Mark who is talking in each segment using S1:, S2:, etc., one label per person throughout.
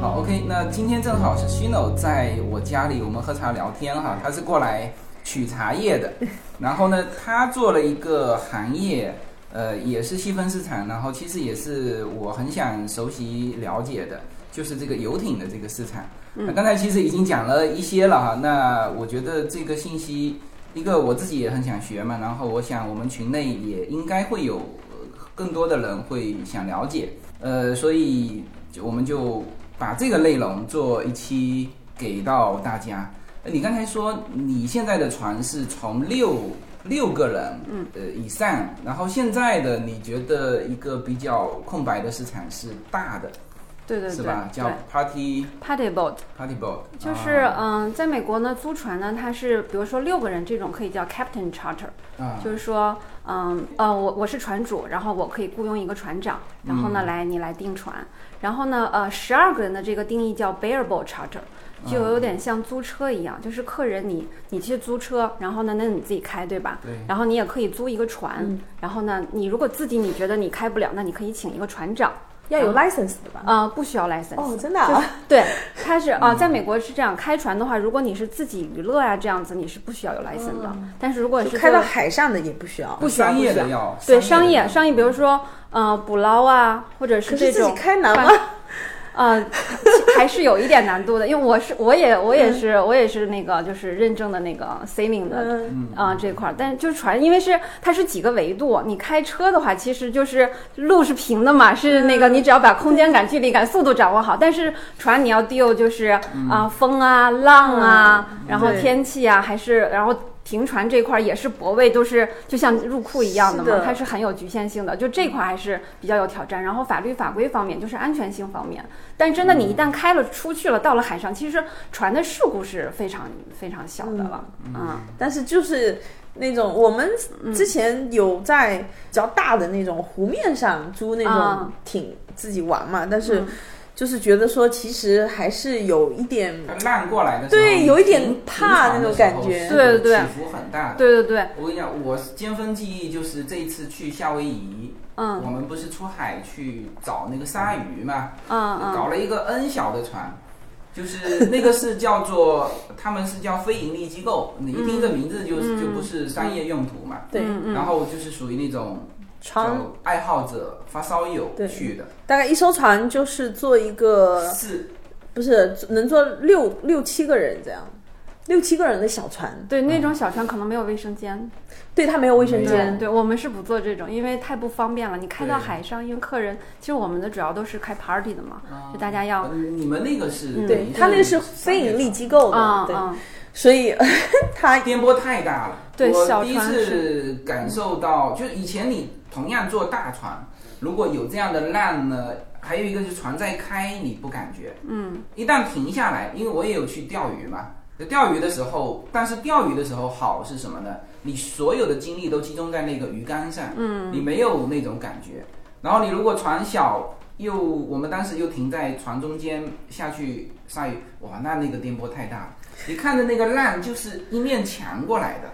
S1: 好，OK，那今天正好是 Shino 在我家里，我们喝茶聊天哈，他是过来取茶叶的，然后呢，他做了一个行业，呃，也是细分市场，然后其实也是我很想熟悉了解的，就是这个游艇的这个市场。那刚才其实已经讲了一些了哈，那我觉得这个信息，一个我自己也很想学嘛，然后我想我们群内也应该会有呃更多的人会想了解，呃，所以就我们就把这个内容做一期给到大家。呃你刚才说你现在的船是从六六个人，嗯，呃以上，然后现在的你觉得一个比较空白的市场是大的，
S2: 对对
S1: 是
S2: 对，
S1: 吧？
S2: 对
S1: 叫 party
S2: party boat，
S1: party boat，啊
S2: 就是嗯、在美国呢，租船呢，它是比如说六个人这种可以叫 captain charter，
S1: 啊，
S2: 就是说，嗯呃，我我是船主，然后我可以雇佣一个船长，然后
S1: 嗯
S2: 呢，来你来订船，然后呢，呃，十二个人的这个定义叫 bearable charter，就
S1: 嗯
S2: 有点像租车一样，就是客人你你去租车，然后呢，那你自己开对吧？
S1: 对
S2: 然后你也可以租一个船，
S1: 嗯
S2: 然后呢，你如果自己你觉得你开不了，那你可以请一个船长，
S3: 要有 license 的吧？
S1: 嗯
S2: 呃，不需要 license。
S3: 哦，真的啊，
S2: 对，它是啊、在美国是这样，开船的话，如果你是自己娱乐呀、这样子，你是不需要有 license 的。但是如果
S3: 嗯就是哦开到
S2: 作为
S3: 海上的也不需要。
S2: 不需要
S1: 商业
S2: 不
S1: 的
S2: 需
S1: 要
S2: 对
S1: 商
S2: 商
S1: 业的
S2: 业商业，比如说呃捕捞啊，或者
S3: 可
S2: 是
S3: 是
S2: 这
S3: 自己
S2: 种
S3: 开难
S2: 办
S3: 吗？
S2: 呃，其还是有一点难度的，因为我是我也我也是、我也是那个就是认证的那个 sailing 的
S3: 嗯，
S2: 啊、这块儿，但是就是船，因为是它是几个维度，你开车的话，其实就是路是平的嘛，是那个
S3: 嗯
S2: 你只要把空间感、距离感、速度掌握好。但是船你要 deal 就是啊、风啊、浪啊，然后
S3: 嗯对
S2: 天气啊，还是然后。停船这块儿也是泊位，都是就像入库一样的嘛，
S3: 是的
S2: 它是很有局限性的，就这块儿还是比较有挑战。然后法律法规方面，就是安全性方面，但真的你一
S3: 嗯
S2: 旦开了出去了，到了海上，其实船的事故是非常非常小的了，嗯
S3: 但是就是那种我们嗯之前有在比较大的那种湖面上租那种
S2: 啊嗯
S3: 艇自己玩嘛，但是就是觉得说其实还是有一点，
S1: 它浪过来的时候，
S3: 对
S1: 你
S3: 有一点
S1: 平
S3: 怕那种感觉
S1: 平常的时候
S2: 对对对
S1: 起伏很大的。
S2: 对对对，
S1: 我跟你讲，我尖峰记忆就是这一次去夏威夷，
S2: 嗯
S1: 我们不是出海去找那个鲨鱼嘛，
S2: 嗯
S1: 搞了一个 N 小的船，就是那个是叫做 他们是叫非盈利机构，你一听这名字就是、就不是商业用途嘛，
S3: 对，
S2: 嗯
S1: 然后就是属于那种
S3: 船
S1: 叫爱好者发烧友
S3: 对
S1: 去的，
S3: 大概一艘船就是坐一个，
S1: 是
S3: 不是能坐六六七个人这样，六七个人的小船
S2: 嗯，，对，那种小船可能没有卫生间，
S3: 对，它没有卫生
S1: 没
S3: 间
S1: 有，
S2: 嗯对我们是不做这种，因为太不方便了。你开到
S1: 对
S2: 海上，因为客人，其实我们的主要都是开 party 的嘛，就大家要，
S1: 呃你们那个是
S2: 嗯
S1: 等于
S3: 对，它那是非盈利机构的
S2: 嗯，
S3: 对，
S2: 嗯，
S3: 所以它
S1: 颠簸太大了。
S2: 对
S1: 我
S2: 小
S1: 第一
S2: 船
S1: 次感受到，就是以前你同样坐大船，如果有这样的浪呢，还有一个就是船在开，你不感觉。嗯，一旦停下来，因为我也有去钓鱼嘛。就钓鱼的时候，但是钓鱼的时候好是什么呢？你所有的精力都集中在那个鱼竿上，嗯，你没有那种感觉。然后你如果船小，又我们当时又停在船中间下去鲨鱼，哇，那那个颠簸太大了。你看着那个浪就是一面墙过来的，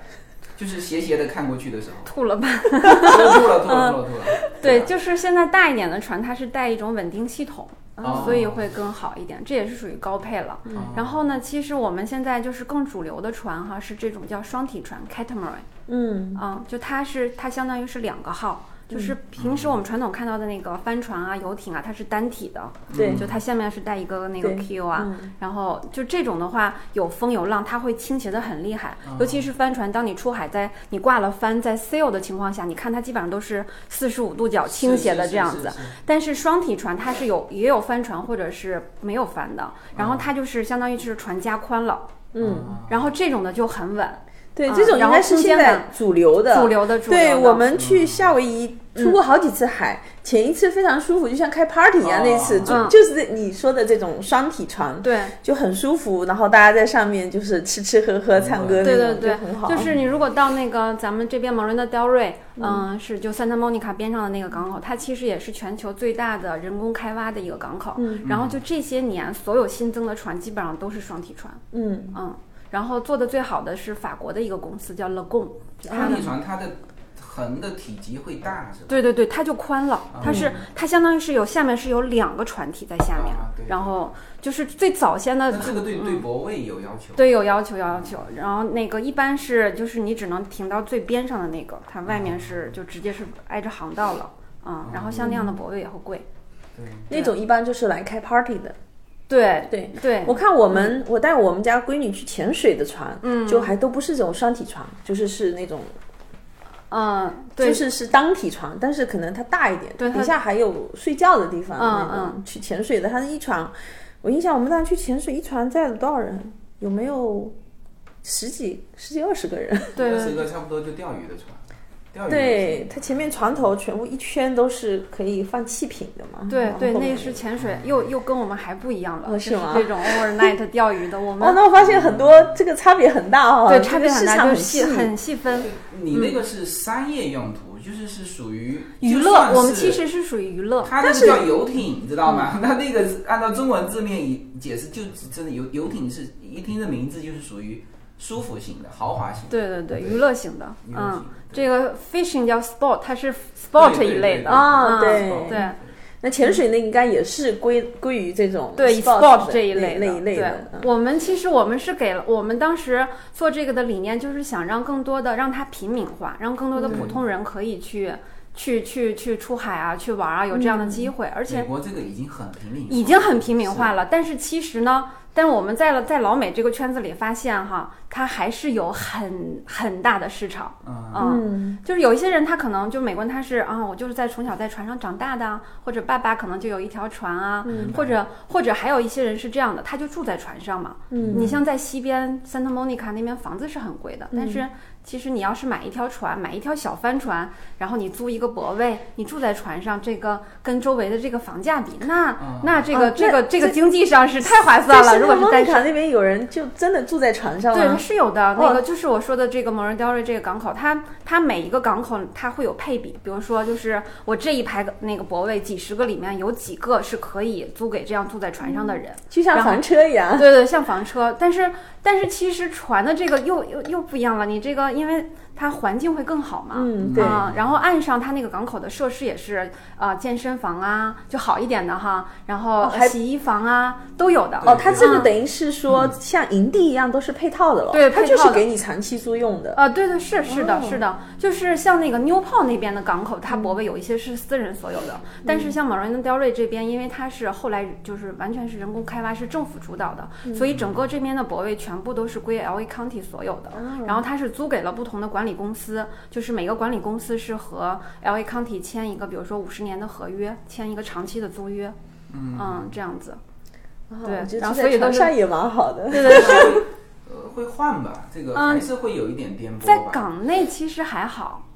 S1: 就是斜斜的看过去的 时候，
S2: 吐了吧。
S1: 吐了吐了吐了啊吐了。
S2: 嗯对，啊
S1: 吧
S2: 就是现在大一点的船，它是带一种稳定系统。嗯
S1: 哦
S2: 所以会更好一点，这也是属于高配了。嗯
S1: 啊
S2: 然后呢，其实我们现在就是更主流的船哈，是这种叫双体船 （catamaran）。
S3: 嗯。
S2: 嗯，就它是它相当于是两个号，就是平时我们传统看到的那个帆船啊、游艇啊，它是单体的，
S1: 嗯
S3: 对
S2: 就它下面是带一个那个
S3: 对嗯
S2: Q 啊，然后就这种的话，有风有浪，它会倾斜的很厉害，尤其是帆船，当你出海在你挂了帆在 sail 的情况下，你看它基本上都是四十五度角倾斜的这样子
S1: 是是，是
S2: 但是双体船它是有也有帆船或者是没有帆的，然后它就是相当于就是船加宽了，
S3: 嗯，
S1: 啊
S2: 然后这种的就很稳，
S3: 对，
S2: 嗯
S3: 这种应
S2: 然后
S3: 该是
S2: 空
S3: 现
S2: 间
S3: 在
S2: 感
S3: 主流的，
S2: 主流的主流
S3: 对
S2: 的嗯
S3: 我们去夏威夷出过好几次海，前一次非常舒服，就像开 party 一样，
S1: 哦
S3: 那次就
S2: 嗯
S3: 就是这你说的这种双体床，
S2: 对。
S3: 就很舒服，然后大家在上面就是吃吃喝喝、唱歌
S2: 对
S3: 那
S2: 对
S3: 种，
S2: 对
S3: 很，好，
S2: 就是你如果到那个咱们这边 Marina del Rey，嗯、是就 Santa Monica 边上的那个港口，它其实也是全球最大的人工开挖的一个港口。
S3: 嗯
S2: 然
S1: 嗯
S2: 后就这些年，所有新增的船基本上都是双体船，
S3: 嗯，
S2: 嗯，然后做的最好的是法国的一个公司叫 Lagoon，就它
S1: 双
S2: 的
S1: 体船它的横的体积会大，是吧？
S2: 对对对，它就宽了，它是、
S1: 嗯
S2: 它相当于是有下面是有两个船体在下面，
S1: 啊对
S2: 然后就是最早先的
S1: 那这个对
S2: 嗯
S1: 对泊位有要求，
S2: 对，有要求，有要求。然后那个一般是就是你只能停到最边上的那个，它外面是就直接是挨着航道了啊、然后像那样的泊位也会贵。
S1: 对，
S3: 那种一般就是来开 party 的。
S2: 对
S3: 对
S2: 对，
S3: 我看我们，我带我们家闺女去潜水的船，
S2: 嗯
S3: 就还都不是这种双体船，就是是那种，
S2: 嗯，对
S3: 就，是是单体船，但是可能它大一点，
S2: 对它
S3: 底下还有睡觉的地方。
S2: 嗯
S3: 那种去潜水的，它是一船，我印象我们当时去潜水，一船载了多少人？有没有十几、十几二十个人？
S2: 对
S1: 二十个
S2: 对
S1: 差不多就钓鱼的船，钓鱼的
S3: 对，它前面船头全部一圈都是可以放气瓶的嘛。
S2: 对
S3: 然后
S2: 对，
S3: 后
S2: 那
S3: 面
S2: 是潜水，又又跟我们还不一样了，
S3: 嗯哦
S2: 就是
S3: 吗
S2: 这种 overnight 钓鱼的，我
S3: 哦，
S2: 们
S3: 那我发现很多这个差别很大哦，
S2: 对
S3: 这个
S2: 差别很
S3: 市
S2: 大，
S3: 场
S2: 就
S3: 很
S2: 是细
S3: 细
S2: 很细分。
S1: 你那个是商业用途，就是是属于
S2: 嗯娱
S1: 就算
S2: 乐，
S1: 是
S2: 我们其实是属于娱乐，
S1: 它那个叫游艇，你知道
S2: 嗯
S1: 吗？它那个是按照中文字面一解释，就真的游游艇是一听这名字就是属于舒服型的、豪华型的。
S2: 对对对，娱乐型的，
S1: 娱乐型
S2: 嗯
S1: 的，
S2: 这个 fishing 叫 sport，它是 sport 一类的
S3: 啊对
S2: 嗯对。
S3: 那潜水那应该也是归归于这种
S2: 对
S3: sport 的
S2: 这一
S3: 那
S2: 类
S3: 那
S2: 的
S3: 一类
S2: 对
S3: 的。嗯
S2: 我们其实我们是给了我们当时做这个的理念，就是想让更多的让它平民化，让更多的普通人可以去、去去去出海啊，去玩啊，有这样的机会，而
S1: 美
S2: 且
S1: 国这个已经很平民化，
S2: 已经很平民化
S1: 了。
S2: 了。但是其实呢，但是我们在了在老美这个圈子里发现哈，它还是有很很大的市场，
S1: 嗯，
S3: 嗯，
S2: 就是有一些人，他可能就美国人，他是啊，我就是在从小在船上长大的啊，或者爸爸可能就有一条船啊，
S1: 嗯
S2: 或者或者还有一些人是这样的，他就住在船上嘛。
S3: 嗯
S2: 你像在西边 Santa Monica 那边房子是很贵的，但
S3: 嗯
S2: 是其实你要是买一条船，买一条小帆船，然后你租一个泊位，你住在船上，这个跟周围的这个房价比，那、
S1: 嗯
S2: 那这个、
S3: 啊
S2: 这
S3: 那
S2: 个这个经济上是太划算了。如果是
S3: 在
S2: 单身
S3: 卡那边有人就真的住在船上
S2: 对，它
S3: 吗？
S2: 是有的。
S3: 哦
S2: 那个就是我说的这个蒙人 d 瑞这个港口，它它每一个港口它会有配比，比如说就是我这一排那个泊位几十个里面有几个是可以租给这样住在船上的人。
S3: 就像
S2: 然后
S3: 房车一 样。
S2: 对对，像房车，但是但是其实船的这个又又又不一样了，你这个因为它环境会更好嘛。
S3: 嗯，对，
S2: 啊，然后岸上它那个港口的设施也是，呃，健身房啊，就好一点的哈，然后
S3: 哦还
S2: 洗衣房啊都有的。
S1: 对
S3: 哦，它这个
S2: 嗯
S3: 等于是说像营地一样都是配套的了，
S2: 对
S3: 它
S2: 配
S3: 就是
S2: 套的
S3: 给你长期租用的。
S2: 啊，对对是是的，
S3: 哦
S2: 是的，就是像那个 New p o 那边的港口，它泊位有一些是私人所有的，但是像 Marina del Rey 这边，因为它是后来就是完全是人工开发，是政府主导的，所以整个这边的泊位全部都是归 LA County 所有的，然后它是租给了不同的管理公司，就是每个管理公司是和 LA County 签一个，比如说五十年的合约，签一个长期的租约，嗯这样子，
S3: 哦
S2: 对
S3: 我觉
S2: 然
S3: 得住
S2: 后
S3: 在
S2: 所以都
S3: 船
S2: 是
S3: 上也蛮好的。
S2: 对对对，
S1: 呃，会换吧，这个
S2: 嗯
S1: 还是会有一点颠簸
S2: 在
S1: 吧。
S2: 港内其实还好，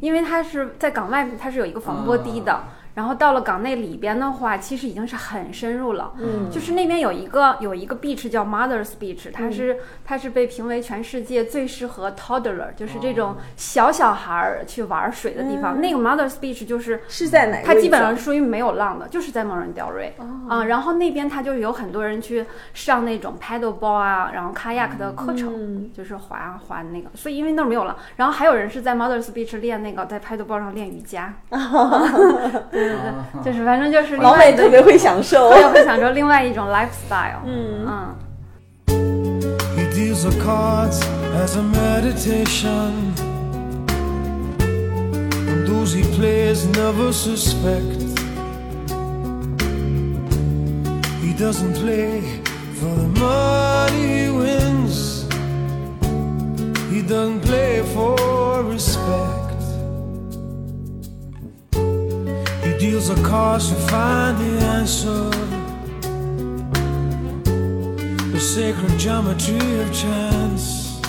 S2: 因为它是在港外，它是有一个防波堤的。然后到了港内里边的话，其实已经是很深入了。
S3: 嗯
S2: 就是那边有一个有一个 beach 叫 Mother's Beach，它是、它是被评为全世界最适合 toddler，就是这种小小孩儿去玩水的地方。那个 Mother's Beach 就是
S3: 是在哪个位置啊？
S2: 它基本上属于没有浪的，就是在蒙人吊瑞啊。然后那边它就有很多人去上那种 paddle ball 啊，然后 kayak 的课程。
S3: 嗯，
S2: 就是滑滑那个，所以因为那儿没有了。然后还有人是在 Mother's Beach 练那个，在拍 a 包上练瑜伽。对对
S1: 嗯
S2: 对，就是反正就是另
S3: 老
S2: 外
S3: 美
S2: 一
S3: 特
S2: 种，
S3: 别会享受
S2: 我。也会享受另外一种 lifestyle。
S3: 嗯
S2: 嗯，
S4: He deals the cards as a meditation. And those he plays never suspect. He doesn't play for the money he wins. He doesn't play for respect. He deals the cards to find the answer the sacred geometry of chance,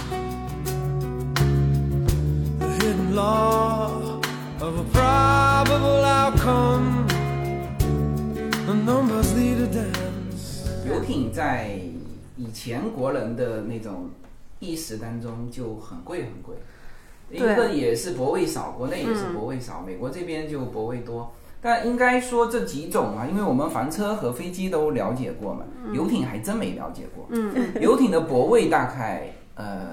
S4: the hidden law of a probable outcome. The numbers lead a dance.
S1: 游艇在以前国人的那种意识当中就很贵很贵，一
S2: 对
S1: 个也是泊位少，国内也是泊位少，美国这边就泊位多。但应该说这几种啊，因为我们房车和飞机都了解过嘛，
S2: 嗯
S1: 游艇还真没了解过。嗯，游艇的泊位大概呃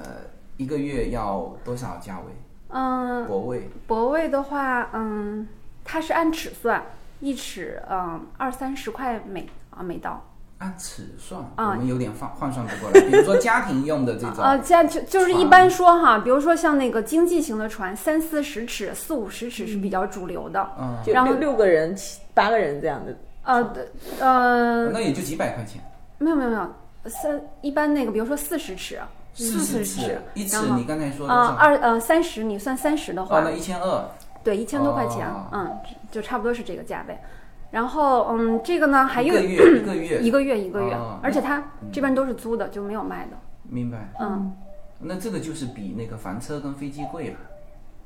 S1: 一个月要多少价位？
S2: 嗯，
S1: 国位
S2: 泊位的话，嗯，它是按尺算，一尺嗯二三十块每啊每刀。
S1: 按尺算，
S2: 啊
S1: 我们有点换换算不过来。比如说家庭用的这种，
S2: 啊，这样就就是一
S1: 船
S2: 般说哈，比如说像那个经济型的船，三四十尺、四五十尺是比较主流的。
S1: 嗯，
S3: 就
S2: 然后
S3: 六六个人、七八个人这样的，
S2: 呃对呃，
S1: 嗯那也就几百块钱，
S2: 没有没有没有，三一般那个，比如说四十尺，
S1: 四
S2: 40
S1: 尺
S2: 尺，
S1: 一尺
S2: 然后
S1: 你刚才说多
S2: 啊
S1: 少？
S2: 二呃三十，你算三十的
S1: 花
S2: 话，
S1: 了一千二，
S2: 对一千多块钱，
S1: 哦
S2: 嗯，就差不多是这个价位。然后嗯，这个呢还
S1: 一
S2: 有嗯
S1: 个月一个月，
S2: 一个月一个月
S1: 哦，
S2: 而且它这边都是租的，就没有卖的。
S1: 明白？
S2: 嗯
S1: 那这个就是比那个房车跟飞机贵了。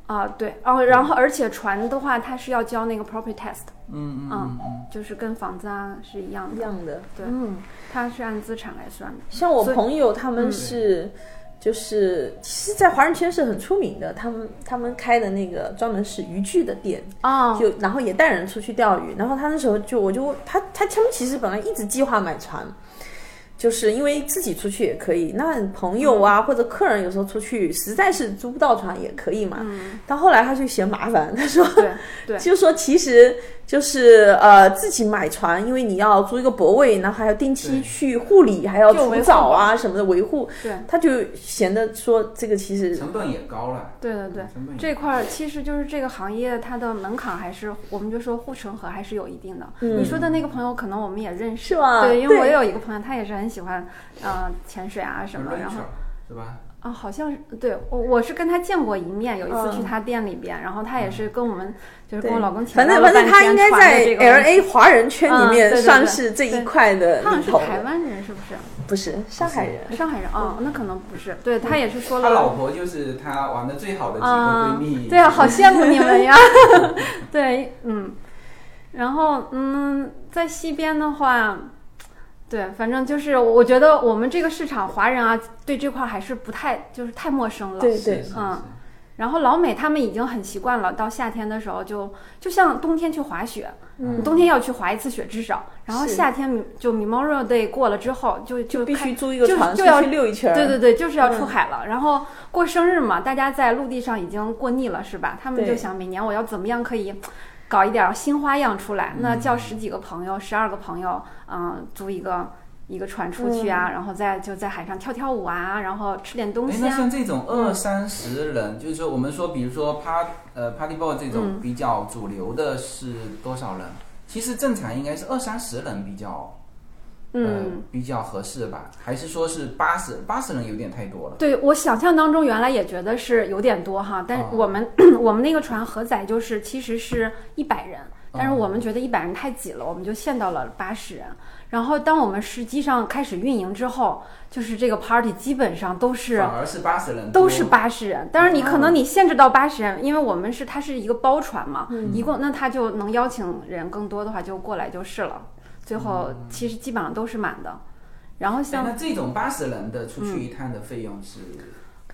S2: 啊对，哦然后而且船的话，它是要交那个 property test，啊
S1: 嗯嗯嗯嗯，
S2: 就是跟房子啊是一样
S3: 一
S2: 的，
S3: 样的。
S2: 对
S3: 嗯，
S2: 它是按资产来算的。
S3: 像我
S2: 所以嗯
S3: 朋友他们是，就是其实，在华人圈是很出名的。他们他们开的那个专门是渔具的店，
S2: 哦
S3: 就然后也带人出去钓鱼。然后他那时候就我就他他他们其实本来一直计划买船，就是因为自己出去也可以，那朋友
S2: 嗯
S3: 啊、或者客人有时候出去实在是租不到船也可以嘛。但后来他就嫌麻烦，他说
S2: 嗯对对
S3: 就说其实就是呃自己买船，因为你要租一个泊位，然后还要定期
S1: 对
S3: 去护理，还要
S2: 就
S3: 除
S2: 维护
S3: 藻啊什么的维护。
S2: 对，
S3: 他就显得说这个其实
S1: 成本也高了。
S2: 对对对，
S1: 嗯成本也
S2: 这块儿其实就是这个行业它的门槛还是，我们就说护城河还是有一定的。
S3: 嗯
S2: 你说的那个朋友，可能我们也认识，
S3: 是吧
S2: 对，因为我
S3: 对
S2: 也有一个朋友，他也是很喜欢，呃，潜水啊什么，然后
S1: Rachel，是吧？
S2: 啊，好像是对我我是跟他见过一面，有一次去
S3: 嗯
S2: 他店里边，然后他也是跟我们就是
S3: 对
S2: 跟我老公
S3: 反
S2: 请教了
S3: 正反正
S2: 半
S3: 他
S2: 天
S3: 应该
S2: 船
S3: 在
S2: 的这个
S3: L
S2: 问题
S3: A 华人圈里
S2: 嗯对
S3: 面
S2: 对对
S3: 算是这一块的
S2: 他好像
S3: 领
S2: 是
S3: 头，
S2: 台湾人是不是？
S3: 不是上海人。
S2: 上海人哦，那可能不是。对他也是说
S1: 他
S2: 了，
S1: 老婆就是他玩的最好的几个
S2: 啊
S1: 闺蜜。
S2: 对 啊，好羡慕你们呀。 对，嗯，然后嗯，在西边的话，对，反正就是我觉得我们这个市场华人啊，对这块儿还是不太就是太陌生了。
S3: 对
S1: 是，
S3: 对
S1: 是，是
S2: 嗯然后老美他们已经很习惯了，到夏天的时候就就像冬天去滑雪，你
S3: 嗯，
S2: 冬天要去滑一次雪至少，然后
S3: 是
S2: 夏天就 Memorial Day 过了之后就就
S3: 必
S2: 开
S3: 须租一个
S2: 就是
S3: 船
S2: 就
S3: 出
S2: 要
S3: 去溜一圈儿。
S2: 对对对，就是要出
S3: 嗯
S2: 海了。然后过生日嘛，大家在陆地上已经过腻了，是吧？他们
S3: 对
S2: 就想每年我要怎么样可以搞一点儿新花样出来？那
S3: 嗯
S2: 叫十几个朋友、十二个朋友，嗯、租一个一个船出去
S3: 嗯
S2: 啊，然后再就在海上跳跳舞啊，然后吃点东
S1: 哎，
S2: 西
S1: 那
S2: 啊。
S1: 像这种二三十人，就是说我们说，比如说
S2: 嗯
S1: part 呃 party boy 这种比较主流的是多少人？其实正常应该是二三十人比较，呃
S2: 嗯，，
S1: 比较合适吧？还是说是八十？八十人有点太多了。
S2: 对我想象当中原来也觉得是有点多哈，但是
S1: 哦
S2: 我们、 我们那个船荷载就是其实是一百人。但是我们觉得一百人太挤了，我们就限到了八十人。然后，当我们实际上开始运营之后，就是这个 party 基本上都是啊
S1: 反而是八十人多哎
S2: 都是八十人。当然，你可能你限制到八十人，因为我们是它是一个包船嘛，一共那它就能邀请人更多的话就过来就是了。最后其实基本上都是满的。然后
S1: 哎
S2: 像
S1: 那这种八十人的出去一趟的费用是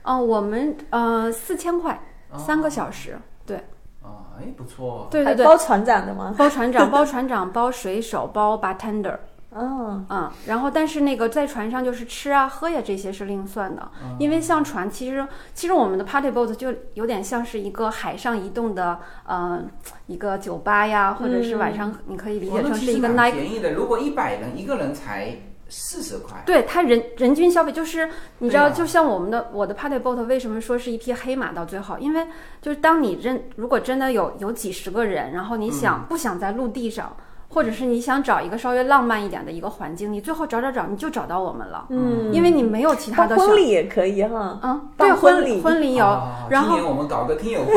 S2: 嗯、呃我们呃四千块
S1: 哦
S2: 三个小时，对
S1: 啊，哎，不错，
S2: 对
S3: 还
S2: 对对，
S3: 包船长的吗？
S2: 包 船长、包船长、包水手、包 bartender。
S3: 嗯，
S2: 嗯，然后但是那个在船上就是吃啊喝呀这些是另算的，
S1: 哦
S2: 因为像船其实其实我们的 party boat 就有点像是一个海上移动的呃一个酒吧呀，或者
S1: 嗯
S2: 是晚上你可以理
S1: 哇哦
S2: 解
S1: 那
S2: 成
S1: 其
S2: 是
S1: 实
S2: 一个
S1: 蛮
S2: night。
S1: 便宜的。如果一百人，一个人才四十块。
S2: 对它人人均消费就是，你知
S1: 对
S2: 道，
S1: 啊
S2: 就像我们的我的 party boat 为什么说是一匹黑马到最后，因为就是当你真如果真的有有几十个人，然后你想不想在陆地上，或者是你想找一个稍微浪漫一点的一个环境，你最后找找找你就找到我们了，
S3: 嗯，
S2: 因为你没有其他
S3: 办
S2: 的
S3: 婚
S2: 选
S3: 礼也可以哈。
S2: 嗯，
S3: 办
S2: 对，
S3: 婚
S2: 婚
S3: 礼
S2: 婚礼有，
S1: 啊
S2: 然
S1: 今
S2: 后
S1: 年我们搞个听友会，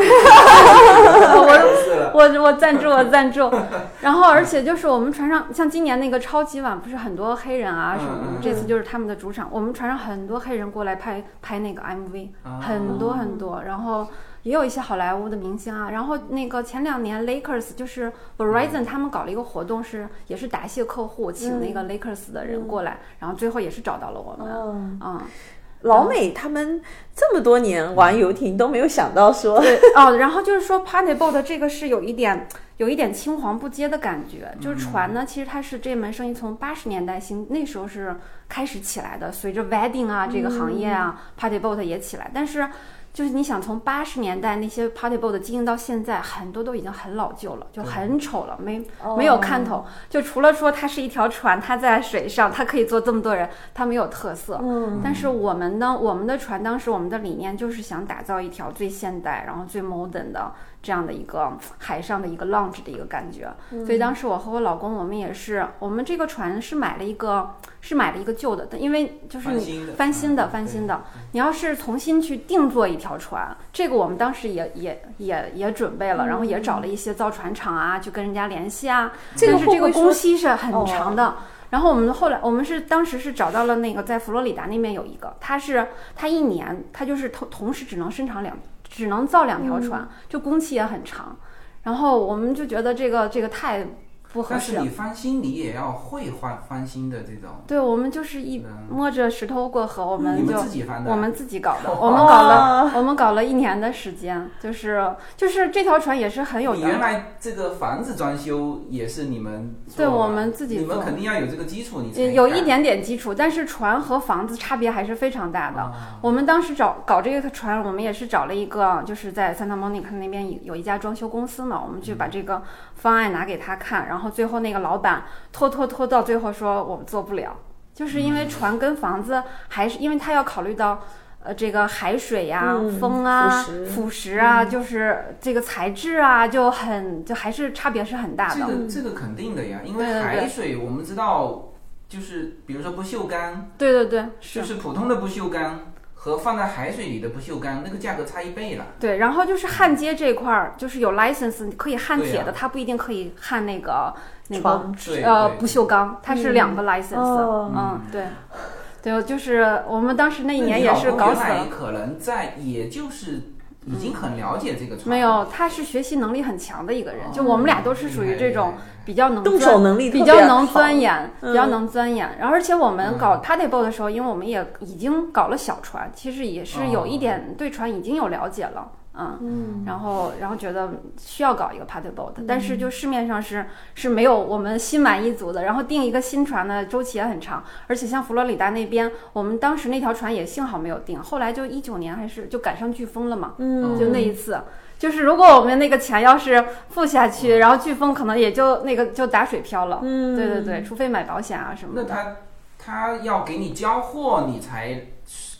S1: 我是了，
S2: 我我赞助我赞助，然后而且就是我们船上像今年那个超级碗不是很多黑人啊什么
S1: 嗯嗯
S2: 的，这次就是他们的主场，我们船上很多黑人过来拍拍那个 MV，
S1: 啊
S2: 很多很多，然后。也有一些好莱坞的明星啊，然后那个前两年 Lakers 就是 Verizon 他们搞了一个活动是，也是答谢客户，请那个 Lakers 的人过来，然后最后也是找到了我们，
S3: 嗯，
S2: 嗯，
S3: 老美他们这么多年玩游艇都没有想到说，
S2: 哦，然后就是说 party boat 这个是有一点有一点青黄不接的感觉，就是船呢，其实它是这门生意从八十年代兴那时候是开始起来的，随着 wedding 啊这个行业啊、party boat 也起来，但是。就是你想从八十年代那些 party boat 的经营到现在，很多都已经很老旧了，就很丑了，没哦
S3: 哦
S2: 没有看头。就除了说它是一条船，它在水上，它可以坐这么多人，它没有特色。
S3: 嗯，
S2: 但是我们呢，我们的船当时我们的理念就是想打造一条最现代，然后最 modern 的这样的一个海上的一个 lounge 的一个感觉。所以当时我和我老公，我们也是，我们这个船是买了一个是买了一个旧的，但因为就是
S1: 翻
S2: 你
S1: 新的，
S2: 翻新的，
S1: 嗯
S2: 翻新的。你要是重新去定做一条船，这个我们当时也也也也准备了，然后也找了一些造船厂啊，就跟人家联系啊。
S3: 这个
S2: 但是
S3: 会
S2: 这
S3: 不
S2: 个
S3: 会
S2: 工
S3: 说哦
S2: 期是很长的。然后我们后来，我们是当时是找到了那个在佛罗里达那边有一个，它是它一年它就是同同时只能生产两，只能造两
S3: 嗯
S2: 条船，就工期也很长。然后我们就觉得这个这个太不合
S1: 但
S2: 适
S1: 是
S2: 了
S1: 你。翻新，你也要会换翻新的这种。
S2: 对，我们就是一
S1: 嗯
S2: 摸着石头过河，我
S1: 你
S2: 们就
S1: 们自己翻的啊，
S2: 我们自己搞 的，
S1: 哦
S2: 我们搞了，我们搞了一年的时间，就是就是这条船也是很有
S1: 你
S2: 缘
S1: 原来这个房子装修也是你们做
S2: 对
S1: 吧
S2: 我们自己
S1: 你们
S2: 做
S1: 肯定要有这个基础，你才
S2: 也有
S1: 敢
S2: 一点点基础，但是船和房子差别还是非常大的。
S1: 哦
S2: 我们当时找搞这个船，我们也是找了一个，就是在 Santa Monica 那边有有一家装修公司嘛，我们去把这个方案拿给他看，然后最后那个老板拖拖拖到最后说我们做不了，就是因为船跟房子还是因为他要考虑到。呃，这个海水呀、
S3: 嗯
S2: 风啊、
S3: 腐蚀
S2: 腐蚀啊，就是这个材质啊，就很就还是差别是很大的。
S1: 这个这个肯定的呀，因为
S2: 对对对
S1: 海水我们知道，就是比如说不锈钢，
S2: 对对对，是
S1: 就是普通的不锈钢和放在海水里的不锈钢，那个价格差一倍了。
S2: 对，然后就是焊接这块儿，就是有 license 你可以焊铁
S1: 对
S2: 的，
S1: 呀
S2: 它不一定可以焊那个那个
S3: 床
S1: 对，
S2: 呃
S1: 对
S2: 不锈钢，它是两个 license。
S3: 嗯哦，
S2: 嗯，对，对，就是我们当时那
S1: 那
S2: 一年也是搞死
S1: 你老公原
S2: 了
S1: 来。可能在，也就是已经很了解这个船，
S2: 没有，他是学习能力很强的一个人，
S1: 哦
S2: 就我们俩都是属于这
S1: 厉
S2: 种
S1: 害厉害
S2: 比较能
S3: 动
S2: 钻
S3: 手能力
S2: 比
S3: 特
S2: 较
S3: 别
S2: 能
S3: 好
S2: 钻研，
S3: 嗯
S2: 比较能钻研。然后，而且我
S1: 嗯
S2: 们搞 Party Boat 的时候，因为我们也已经搞了小船，其实也是有一
S1: 哦
S2: 点对船已经有了解了，嗯。
S3: 嗯，
S2: 然后，然后觉得需要搞一个 Party Boat，但是就市面上是是没有我们心满意足的。然后订一个新船的周期也很长，而且像佛罗里达那边，我们当时那条船也幸好没有订，后来就一九年还是就赶上飓风了嘛，
S3: 嗯，
S2: 就那一次。就是如果我们那个钱要是付下去，然后飓风可能也就那个就打水漂了。
S3: 嗯，
S2: 对对对，除非买保险啊什么
S1: 哦那
S2: 的。
S1: 他他要给你交货，你才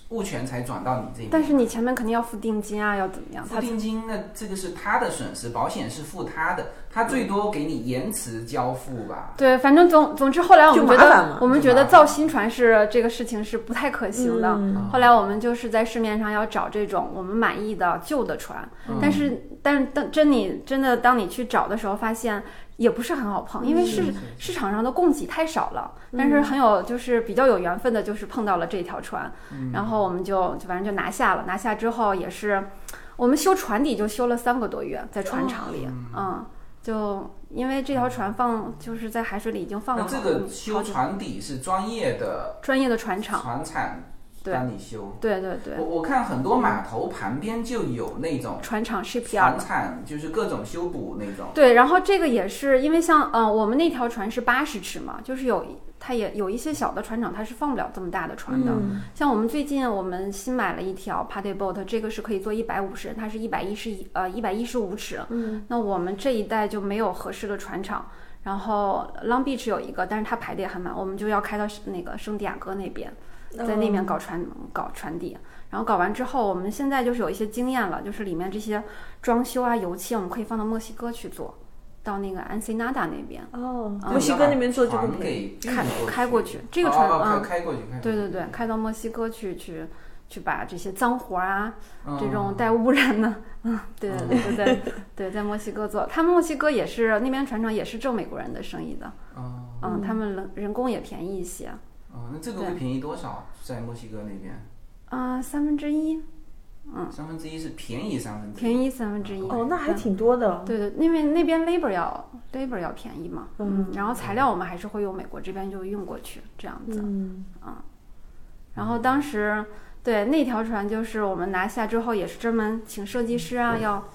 S1: 物权才转到你这边。
S2: 但是你前面肯定要付定金啊，要怎么样？
S1: 付
S2: 他
S1: 定金，那这个是他的损失，保险是付他的，他最多给你延迟交付吧。
S2: 对，反正总总之后来我们
S3: 就
S2: 觉
S3: 麻烦嘛
S2: 得我
S1: 就
S2: 们觉得
S1: 麻烦
S2: 造新船是这个事情是不太可行的。
S3: 嗯
S1: 啊
S2: 后来我们就是在市面上要找这种我们满意的旧的船，
S1: 嗯
S2: 但是但但真你真的当你去找的时候，发现也不是很好
S1: 嗯
S2: 碰，因为市市场上的供给太少了。但是很有就是比较有缘分的，就是碰到了这条船，
S1: 嗯
S2: 然后我们就就反正就拿下了。拿下之后也是我们修船底就修了三个多月，在船厂里，嗯，就因为这条船放就是在海水里已经放了
S1: 那
S2: 好
S1: 这
S2: 好
S1: 个
S2: 几
S1: 修船底是专业的
S2: 专业的船厂，
S1: 船厂
S2: 对
S1: 帮你修。
S2: 对对对
S1: 我，我看很多码头旁边就有那种
S2: 船厂 shipyard
S1: 船。厂，就是各种修补那种。
S2: 对，然后这个也是因为像呃，我们那条船是八十尺嘛，就是有它也有一些小的船厂它是放不了这么大的船的。
S3: 嗯
S2: 像我们最近我们新买了一条 Party Boat，这个是可以坐一百五十人，它是一百一十一呃一百一十五尺。
S3: 嗯，
S2: 那我们这一带就没有合适的船厂。然后 Long Beach 有一个，但是它排的也很满，我们就要开到那个圣地亚哥那边。在那
S3: 嗯
S2: 边搞船搞船底，然后搞完之后，我们现在就是有一些经验了，就是里面这些装修啊、油漆啊，我们可以放到墨西哥去做，到那个 Ensenada 那边
S3: 哦，
S2: 嗯
S3: 墨西哥那边做就不
S1: 船
S3: 便宜，
S1: 给运
S2: 开
S1: 过去
S2: 开过去。这个船，
S1: 哦哦
S2: 嗯，
S1: 开开过去，开过去
S2: 对对对，开到墨西哥去去去把这些脏活啊，
S1: 嗯
S2: 这种带污染的，嗯，对对对对对 对，在墨西哥做，他们墨西哥也是那边船厂也是挣美国人的生意的，
S1: 哦
S2: 嗯，他们人人工也便宜一些，
S1: 哦，那这个会
S2: 对
S1: 便宜多少？在墨西哥那边，
S2: 啊、三分之一
S1: 三分之一是便宜三分之一。
S2: 嗯便宜三分之一，
S3: 哦，那还
S2: 嗯
S3: 挺多的，
S2: 对对，因为那边 labor 要 labor 要便宜嘛，
S3: 嗯
S2: 然后材料我们还是会用美国这边就运过去这样子，
S3: 嗯，
S2: 然后当时对那条船就是我们拿下之后也是专门请设计师啊，要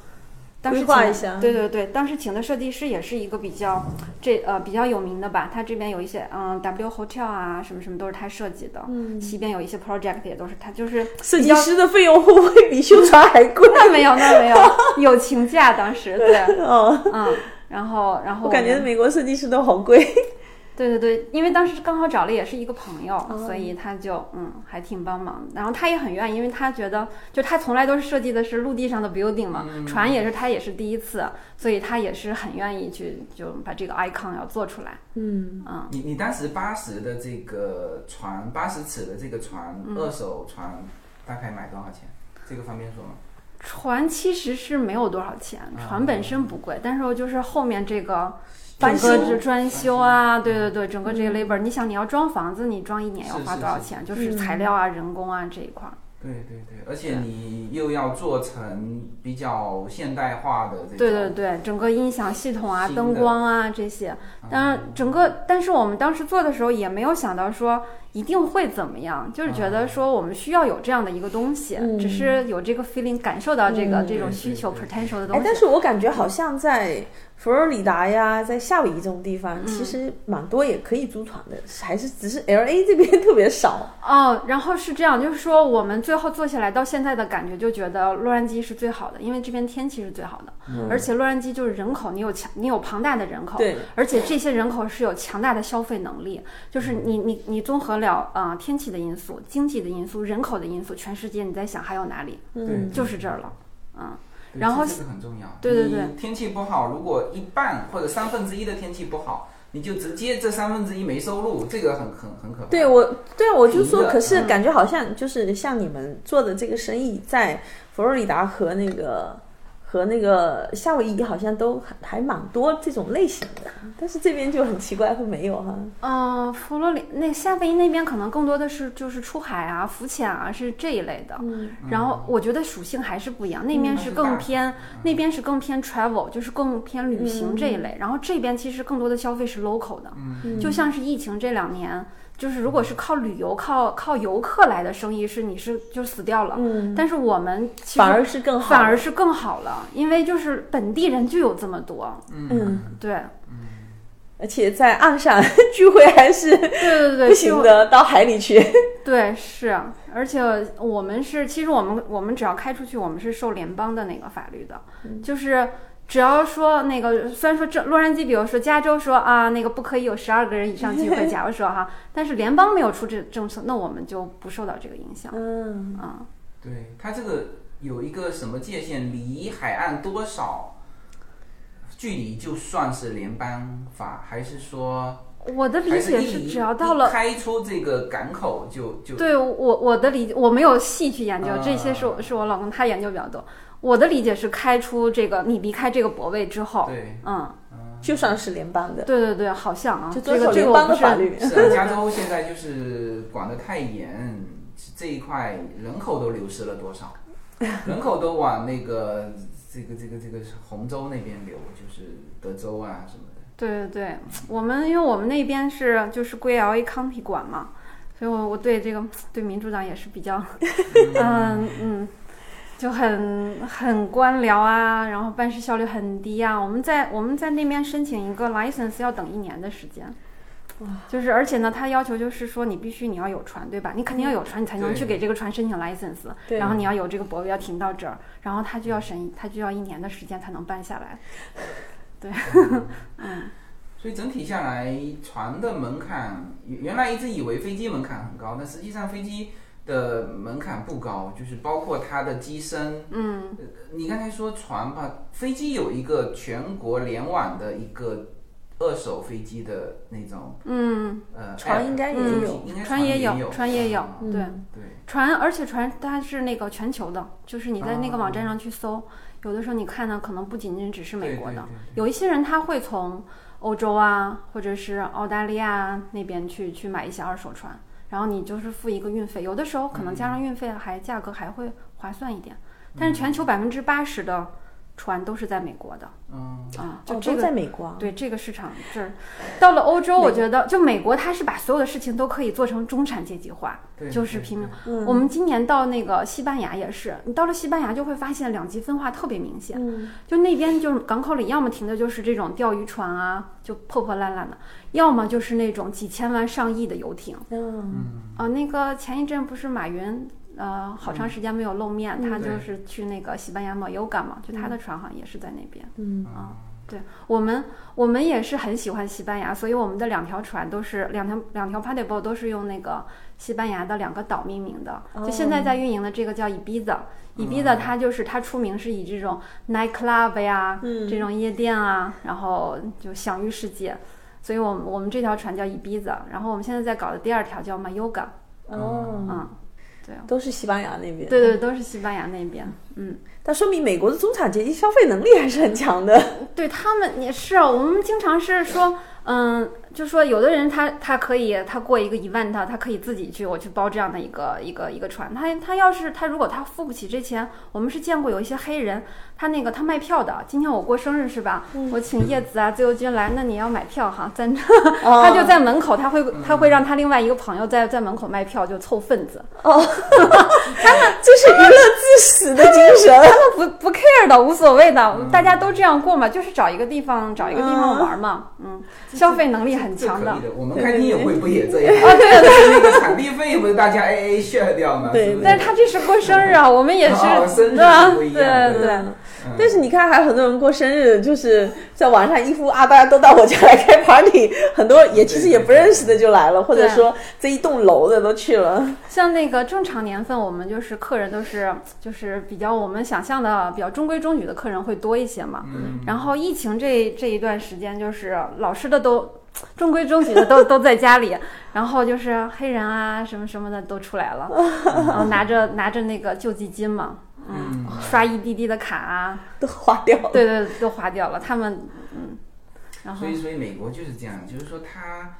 S2: 当时
S3: 嗯规划
S2: 请的
S3: 一下
S2: 对对对，当时请的设计师也是一个比较这呃比较有名的吧，他这边有一些嗯 W Hotel 啊什么什么都是他设计的，
S3: 嗯
S2: 西边有一些 project 也都是他， 就是
S3: 设
S2: 比
S3: 计
S2: 较
S3: 师的费用会不会比修船还贵？
S2: 那没有那没有友情价当时 对，
S3: 哦，
S2: 嗯，然后然后
S3: 我感觉
S2: 们
S3: 美国设计师都好贵。
S2: 对对对，因为当时刚好找了也是一个朋友，
S3: 哦
S2: 所以他就嗯还挺帮忙的。然后他也很愿意，因为他觉得就他从来都是设计的是陆地上的 building 嘛，
S1: 嗯
S2: 船也是他也是第一次，所以他也是很愿意去就把这个 icon 要做出来。
S3: 嗯，
S2: 嗯，
S1: 你你当时八十的这个船，八十尺的这个船，
S2: 嗯
S1: 二手船大概买多少钱？这个方便说吗？
S2: 船其实是没有多少钱，船本身不贵，但是就是后面这个。整
S3: 翻
S2: 个
S3: 修
S2: 这装修啊，对对对，整个这个 labor，、你想你要装房子，你装一年要
S1: 是
S2: 花
S1: 是
S2: 多少
S1: 是
S2: 钱？
S3: 嗯
S2: 就是材料啊、人工啊这一块儿。
S1: 对对对，而且你又要做成比较现代化的这种，
S2: 对对对，整个音响系统啊、
S1: 新的
S2: 灯光啊这些，当然整个，但是我们当时做的时候也没有想到说一定会怎么样，就是觉
S1: 啊
S2: 得说我们需要有这样的一个东西，
S3: 嗯
S2: 只是有这个 feeling 感受到这个、
S3: 嗯
S2: 这种
S1: 对
S2: 需求
S1: 对
S2: potential 的东
S3: 哎
S2: 西。，
S3: 但是我感觉好像在佛罗里达呀，在夏威夷这种地方，
S2: 嗯
S3: 其实蛮多也可以租船的，还是只是 L A 这边特别少。
S2: 哦，然后是这样，就是说我们最后做下来到现在的感觉，就觉得洛杉矶是最好的，因为这边天气是最好的，
S1: 嗯
S2: 而且洛杉矶就是人口，你有强，你有庞大的人口，
S3: 对，
S2: 而且这些人口是有强大的消费能力，就是你你你综合了啊、呃天气的因素、经济的因素、人口的因素，全世界你在想还有哪里，
S3: 嗯，
S2: 就是这儿了，嗯，
S1: 对
S2: 然后
S1: 这个很重要。
S2: 对对对，
S1: 天气不好，如果一半或者三分之一的天气不好，你就直接这三分之一没收入，这个很很很可怕。
S3: 对我，对啊，我就
S1: 便宜
S3: 说，
S1: 的
S3: 可是
S2: 嗯
S3: 感觉好像就是像你们做的这个生意，在佛罗里达和那个和那个夏威夷好像都还还蛮多这种类型的，但是这边就很奇怪，会没有哈。
S2: 嗯、佛罗里那夏威夷那边可能更多的是就是出海啊、浮潜啊是这一类的，
S3: 嗯，
S2: 然后我觉得属性还是不一样，那边
S1: 嗯
S2: 是
S1: 那是
S2: 更
S1: 大
S2: 偏，那边是更偏 travel，就是更偏旅行这一
S3: 嗯
S2: 类。然后这边其实更多的消费是 local 的，
S1: 嗯
S2: 就像是疫情这两年，就是如果是靠旅游、靠靠游客来的生意，是你是就死掉了。
S3: 嗯，
S2: 但是我们其实
S3: 反而是更好，
S2: 反而是更好了，因为就是本地人就有这么多，
S3: 嗯，
S2: 对
S3: 而且在岸上 聚会还是
S2: 对对对，
S3: 不行的，到海 里去。
S2: 对，是，啊而且我们是，其实我们我们只要开出去，我们是受联邦的那个法律的，
S3: 嗯
S2: 就是只要说那个，虽然说这洛杉矶，比如说加州说啊，那个不可以有十二个人以上聚 会，假如说哈，但是联邦没有出这政策，那我们就不受到这个影响
S3: 嗯，
S2: 啊、
S1: 对它这个有一个什么界限，离海岸多少距离就算是联邦法，还是说
S2: 我的理
S1: 还
S2: 解
S1: 一
S2: 是，
S1: 离
S2: 只要到
S1: 一
S2: 了。
S1: 开出这个港口就就
S2: 对我我的理解，我没有细去研究
S1: 啊
S2: 这些，是我是我老公他研究比较多。我的理解是，开出这个你离开这个泊位之后，
S1: 对，
S2: 嗯，
S3: 就算是联邦的，
S2: 对对对，好像啊，
S3: 就
S2: 这
S3: 遵
S2: 个
S3: 守
S2: 这
S3: 联
S2: 个我
S3: 邦
S2: 不
S3: 的
S2: 是
S3: 法律。
S1: 是 啊，加州现在就是管得太严，这一块人口都流失了多少？人口都往那个这个这个这个红州那边流，就是德州啊什么的。
S2: 对对对，我们因为我们那边是就是归 LA County 管嘛，所以我我对这个对民主党也是比较，嗯嗯，就很很官僚啊，然后办事效率很低啊。我们在我们在那边申请一个 license 要等一年的时间。就是，而且呢，他要求就是说，你必须你要有船，对吧？你肯定要有船，你才能
S1: 对嗯
S2: 去给这个船申请 license。
S3: 对
S2: 然后你要有这个泊位要停到这儿，然后他就要审，他就要一年的时间才能办下来。
S1: 所以整体下来，船的门槛原原来一直以为飞机门槛很高，但实际上飞机的门槛不高，就是包括它的机身。呃
S2: 嗯，
S1: 你刚才说船吧，飞机有一个全国联网的一个二手飞机的那种，
S2: 嗯，
S1: 呃，
S3: 船应该也
S1: app，
S2: 嗯
S3: 有，
S1: 应该
S2: 船
S1: 也
S2: 也有，船也有，
S1: 嗯
S2: 对，
S3: 嗯
S1: 对，
S2: 船，而且船它是那个全球的，就是你在那个网站上去搜，有的时候你看呢，可能不仅仅只是美国
S1: 对
S2: 的，
S1: 对对
S2: 有一些人他会从欧洲啊，或者是澳大利亚啊那边去去买一些二手船，然后你就是付一个运费，有的时候可能加上运费还价格还会划算一点，但是全球百分之八十的船都是在美国的
S1: 嗯，
S2: 啊，
S3: 哦
S2: 就
S3: 都
S2: 这
S3: 在
S2: 个。
S3: 美国啊，
S2: 对这个市场这儿，到了欧洲，
S3: 美
S2: 我觉得就美国，它是把所有的事情都可以做成中产阶级化，
S1: 对，
S2: 就是
S1: 对
S2: 平民。
S3: 嗯
S2: 我们今年到那个西班牙也是，你到了西班牙就会发现两极分化特别明显，
S3: 嗯
S2: 就那边就是港口里，要么停的就是这种钓鱼船啊，就破破烂烂的，要么就是那种几千万上亿的游艇。
S3: 嗯
S1: 嗯，
S2: 啊，那个前一阵不是马云呃好长时间没有露面，
S3: 嗯
S2: 他就
S1: 对
S2: 是去那个西班牙 Mallorca 嘛，就他的船好像也是在那边。
S3: 嗯
S2: 啊我们我们也是很喜欢西班牙，所以我们的两条船都是两条两条 p a d d l b o 都是用那个西班牙的两个岛命名的。
S3: 哦
S2: 就现在在运营的这个叫 Ibiza，Ibiza
S1: 嗯
S2: 它就是它出名是以这种 night club 呀、
S3: 嗯
S2: 这种夜店啊，然后就享誉世界。所以我们我们这条船叫 Ibiza，然后我们现在在搞的第二条叫 Mallorca，
S3: 哦，
S2: 嗯，对。
S3: 都是西班牙那边，
S2: 对对，都是西班牙那边。嗯，
S3: 但说明美国的中产阶级消费能力还是很强的。
S2: 对他们也是啊，我们经常是说，嗯，就说有的人他他可以他过一个一万他他可以自己去我去包这样的一个一个一个船，他他要是他如果他付不起这钱，我们是见过有一些黑人，他那个他卖票的，今天我过生日是吧？我请叶子啊、自由军来，那你要买票哈，在那他
S3: 啊
S2: 就在门口，他会他会让他另外一个朋友在在门口卖票，就凑份子。
S3: 这是娱乐至死的精 神。
S2: 不不 care 的，无所谓
S1: 嗯
S2: 的，大家都这样过嘛，就是找一个地方找一个地方玩嘛，嗯，消费能力很
S1: 这
S2: 强
S1: 可
S2: 的
S1: 以。的。我们开听友会不也这样？啊，对 对，那个场地费不是大家哎 A A share 掉吗？是
S3: 对
S1: 不嗯是
S2: 但是他这是过生日啊，我们也是
S1: 哦，生日
S2: 对吧？
S1: 是不
S2: 对
S1: 一样的
S2: 对对，
S1: 嗯
S3: 啊但是你看，还有很多人过生日，就是在网上一呼啊，大家都到我家来开 party，很多也其实也不认识的就来了，或者说这一栋楼的都去了。
S2: 像那个正常年份，我们就是客人都是就是比较我们想象的比较中规中矩的客人会多一些嘛。
S1: 嗯，
S2: 然后疫情这这一段时间，就是老师的都中规中矩的都都在家里，然后就是黑人啊什么什么的都出来 了，然后拿着拿着那个救济金嘛，嗯，刷一滴滴的卡啊，
S3: 都花掉 了。
S2: 对对，都花掉了。他们嗯，然
S1: 哦
S2: 后
S1: 所以，所以美国就是这样，就是说他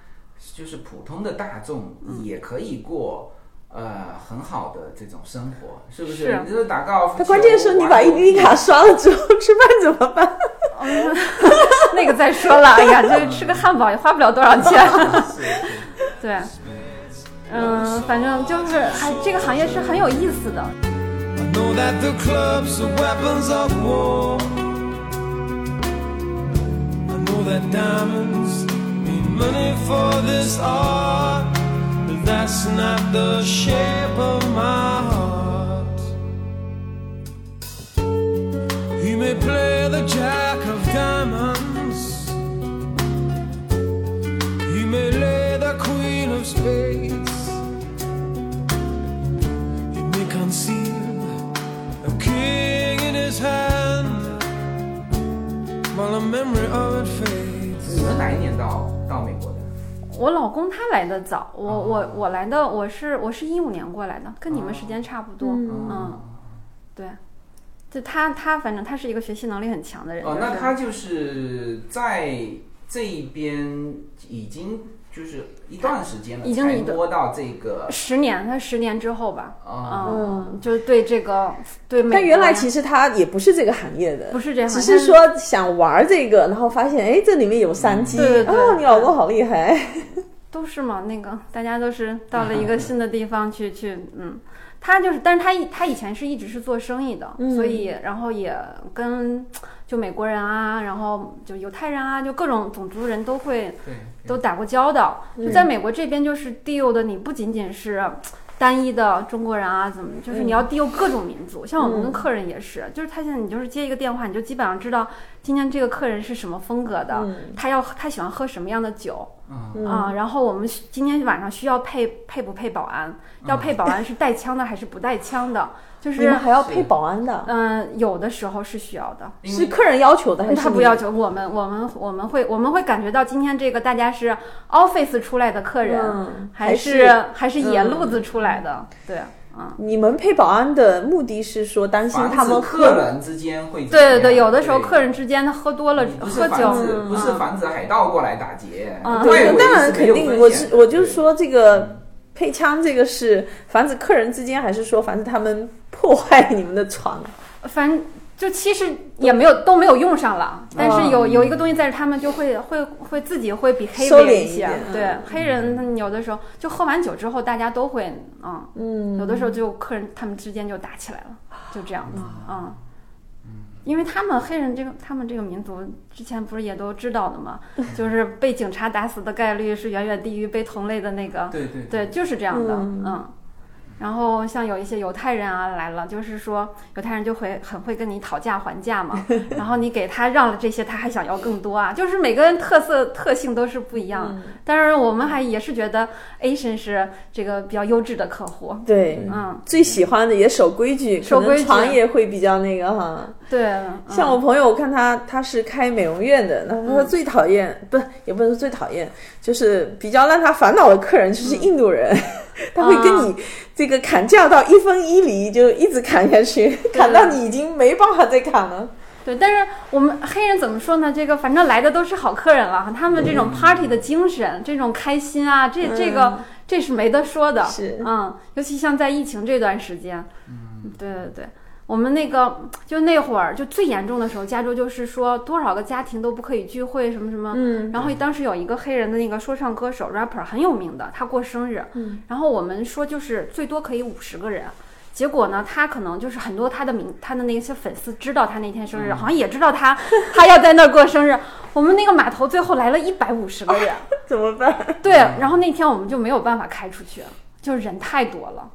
S1: 就是普通的大众也可以过、呃很好的这种生活，是不是？
S2: 是
S1: 你就是打高尔夫球，
S3: 但关键是你把
S1: 玩
S3: 一
S1: 游戏
S3: 滴滴卡刷了之后，吃饭怎么办？
S2: 哦 那个再说了，哎呀，这吃个汉堡也花不了多少钱，
S1: 是是
S2: 对。嗯，反正就是，还这个行业是很有意思的。
S4: I know that the clubs are weapons of war. I know that diamonds mean money for this art, but that's not the shape of my heart. He may play the jack of diamonds, he may lay the queen of spades. He may conceal a king in his hand while the memory of it fades.
S1: 你们哪一年到到美国的？
S2: 我老公他来的早，我
S1: 哦
S2: 我我来的，我是我是一五年过来的，跟你们
S1: 哦
S2: 时间差不多。
S3: 嗯
S2: 嗯，对，就他他反正他是一个学习能力很强的人。
S1: 哦，
S2: 就
S1: 那
S2: 是
S1: 他就是在这一边已经就是一段时间了，
S2: 已经
S1: 才
S2: 一段
S1: 摸到这个
S2: 十年，他十年之后吧，
S1: 啊。
S2: 嗯，就是对这个对美国呀。
S3: 但原来其实他也不是这个行业的，
S2: 不是这样，
S3: 只是说想玩这个，然后发现哎，这里面有商机。
S2: 对对对
S3: 哦，你老公好厉害。
S2: 都是嘛，那个大家都是到了一 个新的地方去去，嗯，他就是，但是他以他以前是一直是做生意的，
S3: 嗯
S2: 所以然后也跟就美国人啊，然后就犹太人啊，就各种种族人都会
S1: 对，
S2: 都打过交道。
S3: 嗯
S2: 就在美国这边，就是 deal 的你不仅仅是。单一的中国人啊，怎么就是你要 deal 各种民族，像我们
S3: 嗯
S2: 跟客人也是，就是他现在你就是接一个电话，你就基本上知道今天这个客人是什么风格的，
S3: 嗯
S2: 他要他喜欢喝什么样的酒，
S1: 嗯，
S3: 嗯
S2: 啊，然后我们需今天晚上需要配配不配保安？要配保安是带枪的还是不带枪的？就
S3: 你们
S2: 是
S3: 还要配保安的，
S2: 嗯、有的时候是需要的。嗯
S1: 因
S3: 是
S1: 为
S3: 客人要求的呃还是
S2: 他
S3: 你
S2: 不要求我们，我们我们会我们会感觉到今天这个大家是 office 出来的客人，
S3: 嗯
S2: 还
S3: 还是
S2: 还是
S3: 嗯
S2: 野路子出来的，对，嗯，
S3: 你们配保安的目的是说担心
S1: 防止
S3: 他们喝
S1: 客人之间会
S2: 对对
S1: 怎么
S2: 对，
S1: 样
S2: 有的时候客人之间他喝多了
S1: 嗯你不是
S2: 喝酒
S1: 防止，不是
S2: 嗯
S1: 防止海盗过来打劫。
S2: 嗯
S1: 外围
S3: 对，
S1: 是
S3: 当然
S1: 没
S3: 肯
S1: 有
S3: 定，
S1: 风
S3: 我
S1: 险
S3: 是我就
S1: 对
S3: 是说这个配枪这个是防止客人之间，还是说防止他们破坏你们的床？啊
S2: 反正就其实也没有都没有用上了，
S3: 嗯
S2: 但是有有一个东西在这，他们就会会会自己会比黑
S3: 收敛
S2: 人
S3: 一
S2: 些
S3: 点。嗯
S2: 对，黑人他们有的时候就喝完酒之后，大家都会嗯，
S3: 嗯
S2: 有的时候就客人他们之间就打起来了，就这样子嗯。因为他们黑人这个，他们这个民族之前不是也都知道的嘛， 就是被警察打死的概率是远远低于被同类的那个
S1: 对对
S2: 对，就是这样的，
S3: 嗯
S2: 嗯。然后像有一些犹太人啊来了，就是说犹太人就会很会跟你讨价还价嘛，然后你给他让了这些，他还想要更多啊，就是每个人特色特性都是不一样。当然，我们还也是觉得 Asian 是这个比较优质的客户，
S3: 对，
S2: 嗯，
S3: 最喜欢的也守规矩，
S2: 守规矩
S3: 可能床也会比较那个哈。
S2: 对，嗯
S3: 像我朋友，我看他他是开美容院的，然后他最讨厌、不是也不能说最讨厌，就是比较让他烦恼的客人就是印度人，他会跟你这个砍价到一分一厘，就一直砍下去，砍到你已经没办法再砍了。
S2: 对，但是我们黑人怎么说呢？这个反正来的都是好客人了，他们这种 party 的精神，这种开心啊，这这个、
S3: 嗯
S2: 这是没得说的。
S3: 是
S2: 嗯，尤其像在疫情这段时间，嗯，对对对。我们那个就那会儿就最严重的时候，加州就是说多少个家庭都不可以聚会，什么什么。
S3: 嗯，
S2: 然后当时有一个黑人的那个说唱歌手 rapper 很有名的，他过生日，
S3: 嗯
S2: 然后我们说就是最多可以五十个人，结果呢，他可能就是很多他的名他的那些粉丝知道他那天生
S1: 嗯
S2: 日，好像也知道他 他要在那儿过生日。我们那个码头最后来了一百五十个人，
S3: 怎么办？
S1: 啊
S2: 对，然后那天我们就没有办法开出去，就是人太多了。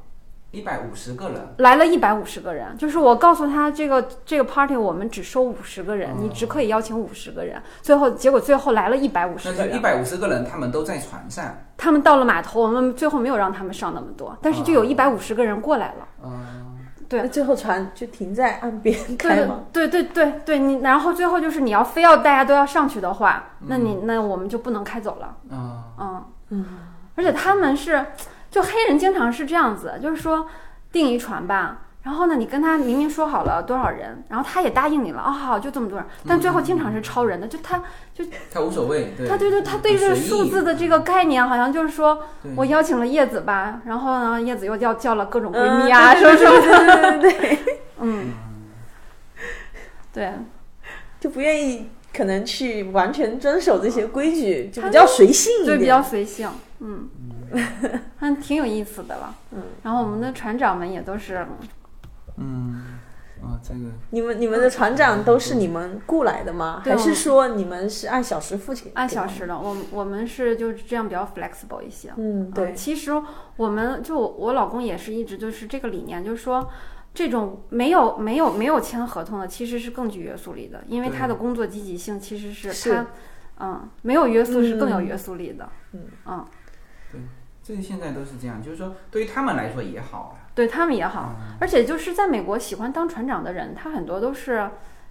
S1: 一百五十个人，
S2: 来了一百五十个人，就是我告诉他这个这个 party 我们只收五十个
S1: 嗯
S2: 人，你只可以邀请五十个人。最后结果最后来了一百五十
S1: 那
S2: 个
S1: 就
S2: 人
S1: 一，百五十个人，他们都在船上。
S2: 他们到了码头，我们最后没有让他们上那么多，但是就有
S1: 哦
S2: 一百五十个人过来了。
S1: 嗯，
S2: 对
S3: 最后船就停在岸边开
S2: 对
S3: 嘛。
S2: 对对对对，你然后最后就是你要非要大家都要上去的话，那
S3: 嗯
S2: 你那我们就不能开走了。
S1: 嗯，
S2: 嗯而且他们是，就黑人经常是这样子，就是说订一船吧，然后呢，你跟他明明说好了多少人，然后他也答应你了，哦好，就这么多人，
S3: 嗯
S2: 但最后经常是超人的，就他
S1: 他无所谓，对，
S2: 他对对他对这个数字的这个概念，好像就是说
S1: 对
S2: 我邀请了叶子吧，然后呢，叶子又叫叫了各种闺
S3: 嗯，
S2: 蜜啊，什么什么，
S3: 对对对对对，
S2: 嗯，对。
S3: 就不愿意可能去完全遵守这些规矩，就比较随性一
S2: 对，
S3: 点，
S2: 比较随性，嗯， 还挺有意思的了。嗯，然后我们的船长们也都是，
S4: Mm.
S1: 嗯，啊，这个
S3: 你们你们的船长都是你们雇来的吗？
S2: 对哦
S3: 还是说你们是按小时付钱？
S2: 按小。时的，我我们是就是这样比较 flexible 一些。
S3: 嗯，对
S2: 嗯，其实我们就我我老公也是一直就是这个理念，就是说。这种没有没有没有签合同的，其实是更具约束力的，因为他的工作积极性其实是
S3: 是
S2: 他，嗯，没有约束是更有
S3: 嗯
S2: 约束力的，
S3: 嗯
S2: 嗯，
S1: 这个现在都是这样，就是说对于他们来说也好啊了。
S2: 对他们也好，而且就是在美国喜欢当船长的人，他很多都是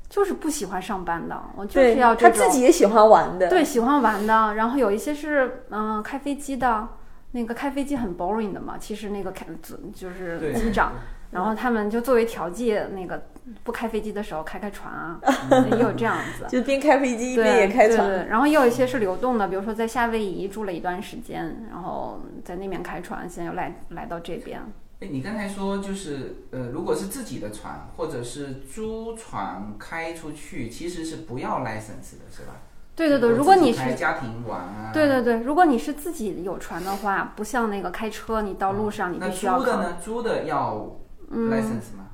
S2: 就是不喜欢上班的，我就是
S3: 对，
S2: 要这
S3: 他
S2: 种
S3: 自己也喜欢玩的。
S2: 对，喜欢玩的，然后有一些是嗯、开飞机的，那个开飞机很 boring 的嘛，其实那个开组就是
S1: 对
S2: 机长
S1: 对，
S2: 然后他们就作为调剂，那个不开飞机的时候开开船啊，
S1: 嗯
S2: 也有这样子。
S3: 就边开飞机一
S2: 对
S3: 边也开
S2: 对
S3: 船。嗯
S2: 对，然后也有一些是流动的，比如说在夏威夷住了一段时间，然后在那边开船，现在又来来到这边。
S1: 哎，你刚才说就是呃，如果是自己的船或者是租船开出去，其实是不要 license 的，是吧？
S2: 对对对，
S1: 我
S2: 如果
S1: 自己
S2: 你是
S1: 开家庭玩啊，
S2: 对对对，如果你是自己有船的话，不像那个开车，你到路上你
S1: 那
S2: 必须要嗯
S1: 租的
S2: 考
S1: 呢？租的要 license 吗？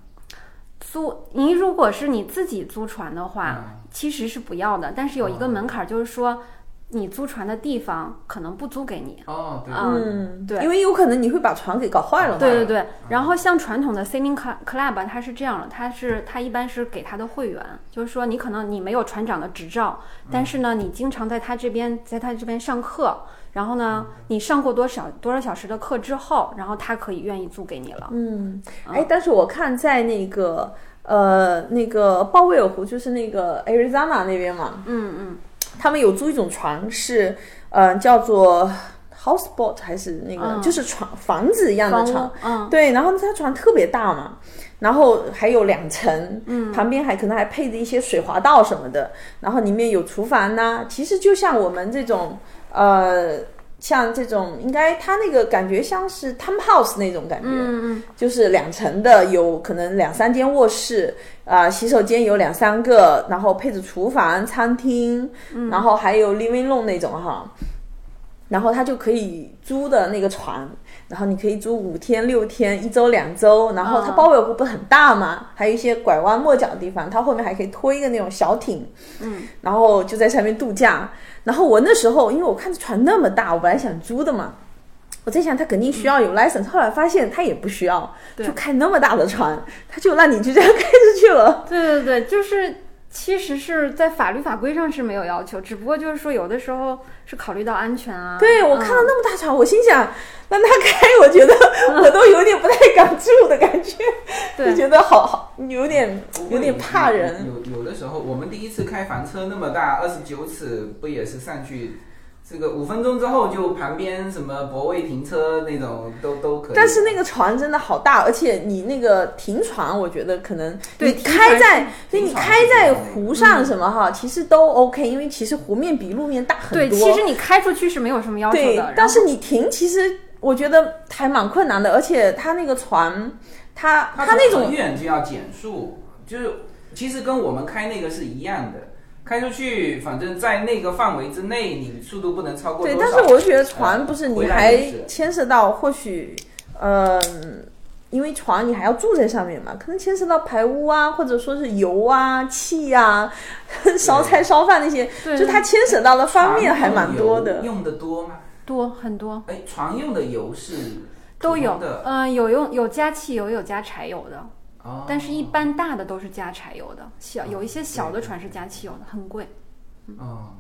S2: 租。你如果是你自己租船的话，其实是不要的，但是有一个门槛儿，就是说你租船的地方可能不租给你。
S1: 哦，对，
S2: 啊
S3: 嗯，
S2: 对
S3: 因为有可能你会把船给搞坏
S1: 嗯
S3: 了嘛。嗯
S2: 对对对，然后像传统的 sailing cl- club，啊它是这样的，它是它一般是给它的会员，就是说你可能你没有船长的执照，
S1: 嗯
S2: 但是呢，你经常在他这边，在他这边上课，然后呢，
S1: 嗯
S2: 你上过多少多少小时的课之后，然后他可以愿意租给你了。
S3: 嗯，哎，但是我看在那个呃那个鲍威尔湖，就是那个 Arizona 那边嘛，
S2: 嗯嗯。
S3: 他们有租一种船是，呃，叫做 houseboat 还是那个，
S2: 嗯
S3: 就是船房子一样的
S2: 房
S3: 船
S2: 屋，，嗯，
S3: 对，然后它船特别大嘛，然后还有两层，嗯，旁边还可能还配着一些水滑道什么的，然后里面有厨房呐、其实就像我们这种呃像这种，应该它那个感觉像是 townhouse 那种感觉，
S2: 嗯嗯
S3: 就是两层的，有可能两三间卧室，啊、洗手间有两三个，然后配置厨房、餐厅，然后还有 living room 那种哈。然后它就可以租的那个床，然后你可以租五天、六天、一周、两周，然后它
S2: 嗯
S3: 包围湖不是很大嘛，还有一些拐弯抹角的地方，它后面还可以拖一个那种小艇，
S2: 嗯，
S3: 然后就在上面度假。然后我那时候因为我看这船那么大，我本来想租的嘛，我在想他肯定需要有 license，后来发现他也不需要，
S2: 对
S3: 就开那么大的船，他就让你就这样开出去了。
S2: 对对对，就是其实是在法律法规上是没有要求，只不过就是说有的时候是考虑到安全啊。
S3: 对我
S2: 嗯
S3: 看到那么大船，我心想让他开，我觉得 我都有点不太敢住的感觉，就
S2: 对
S3: 觉得好好有点有点怕人。
S1: 有有有的时候，我们第一次开房车那么大，二十九尺，不也是上去？这个五分钟之后就旁边什么泊位停车那种都都可以。
S3: 但是那个船真的好大，而且你那个停船，我觉得可能
S2: 对
S3: 你
S2: 停
S3: 开
S2: 船
S3: 在，所以
S1: 停
S3: 你
S1: 船
S3: 开
S1: 是
S3: 在
S1: 可以的
S3: 湖上什么哈，其实都 OK，因为其实湖面比路面大很
S2: 对，
S3: 多。
S2: 其实你开出去是没有什么要求
S3: 对
S2: 的。，
S3: 但是你停其实我觉得还蛮困难的，而且它那个船，它
S1: 它
S3: 它那
S1: 很
S3: 种
S1: 远就要减速，就是其实跟我们开那个是一样的，开出去反正在那个范围之内，你速度不能超过
S3: 对，
S1: 多
S3: 但
S1: 少。
S3: 是我觉得船不是
S1: 回
S3: 你
S1: 来
S3: 还
S1: 也是
S3: 牵涉到或许，嗯、因为船你还要住在上面嘛，可能牵涉到排污啊，或者说是油啊、气啊、 烧菜烧饭那些，
S2: 对
S3: 就它牵扯到的方面
S1: 船
S3: 还蛮
S1: 用
S3: 多
S1: 油
S3: 的。
S1: 用的多吗？
S2: 多很多
S1: 哎，船用的油是
S2: 都有
S1: 普通，的，
S2: 嗯、有用有加汽油，有加柴油的，
S3: 呃
S1: 哦
S2: 但是一般大的都是加柴油的，小有一些小的船是加汽油的，很贵。
S1: 哦。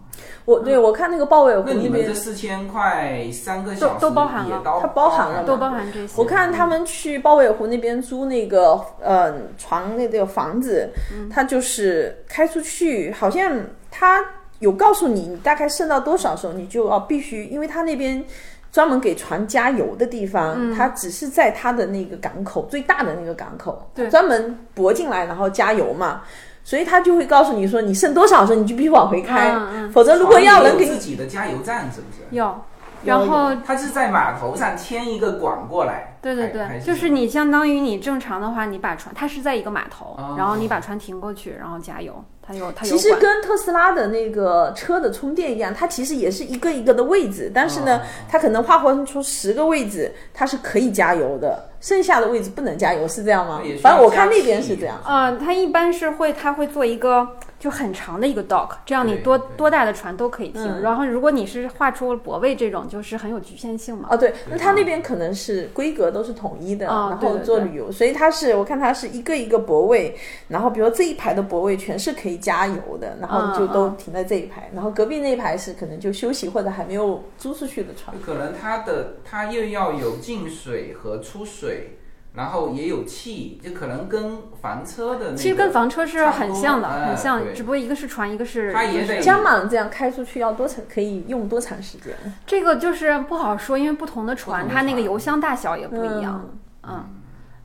S3: 我对我看那个鲍威尔湖
S1: 那你
S3: 那
S1: 们
S3: 边
S1: 这，四千块三个小时
S2: 都都包含
S1: 也
S2: 了
S1: 都
S3: 它包含了
S2: 都
S3: 嘛
S2: 包含这些。
S3: 我看他们去鲍威尔湖那边租那个呃床那个房子，他就是开出去，好像他有告诉你你大概剩到多少的时候，你就要必须，因为他那边专门给船加油的地方，它只是在它的那个港口最大的那个港口，
S2: 对
S3: 专门泊进来然后加油嘛。所以他就会告诉你说，你剩多少的时候，你就必须往回开，
S2: 嗯嗯
S3: 否则如果要能
S1: 有
S3: 给
S1: 自
S3: 你，
S1: 己的加油站是不是？
S2: 有，
S3: 有
S2: 然后
S1: 它是在码头上牵一个管过来。
S2: 对对
S1: 还
S2: 对，
S1: 还
S2: 就是你相当于你正常的话，你把船，它是在一个码头，
S1: 哦
S2: 然后你把船停过去，然后加油，它有它有
S3: 其实
S2: 管
S3: 跟特斯拉的那个车的充电一样，它其实也是一个一个的位置，但是
S2: 哦
S3: 呢，它可能划分出十个位置，它是可以加油的，剩下的位置不能加油，是这样吗
S1: 那也？是
S3: 反正
S1: 要
S3: 我
S1: 加
S3: 看那边
S1: 气
S3: 是这样。
S2: 呃，它一般是会，它会做一个就很长的一个 dock，这样你
S1: 对
S2: 多
S1: 对
S2: 多大的船都可以停。
S3: 嗯
S2: 然后如果你是画出泊位这种，就是很有局限性嘛。
S3: 哦，对，那它那边可能是规格都是统一的，
S2: 啊哦
S3: 然
S2: 对
S3: 后
S2: 对
S3: 做
S2: 对
S3: 旅游，所以它是我看它是一个一个泊位，然后比如这一排的泊位全是可以加油的，然后就
S2: 嗯
S3: 都
S2: 嗯
S3: 停在这一排，然后隔壁那一排是可能就休息或者还没有租出去的船。
S1: 可能它的它又要有进水和出水，然后也有气，就可能跟房车的那个
S2: 其实跟房车是
S1: 差不
S2: 很
S1: 多
S2: 像的，
S1: 哎
S2: 很像，
S1: 对
S2: 只不过一个是船，一个是
S1: 它也得
S3: 江满这样开出去要多长，可以用多长时间？
S2: 这个就是不好说，因为不同的船
S1: 不同的
S2: 它那个
S1: 船
S2: 油箱大小也不一样。嗯，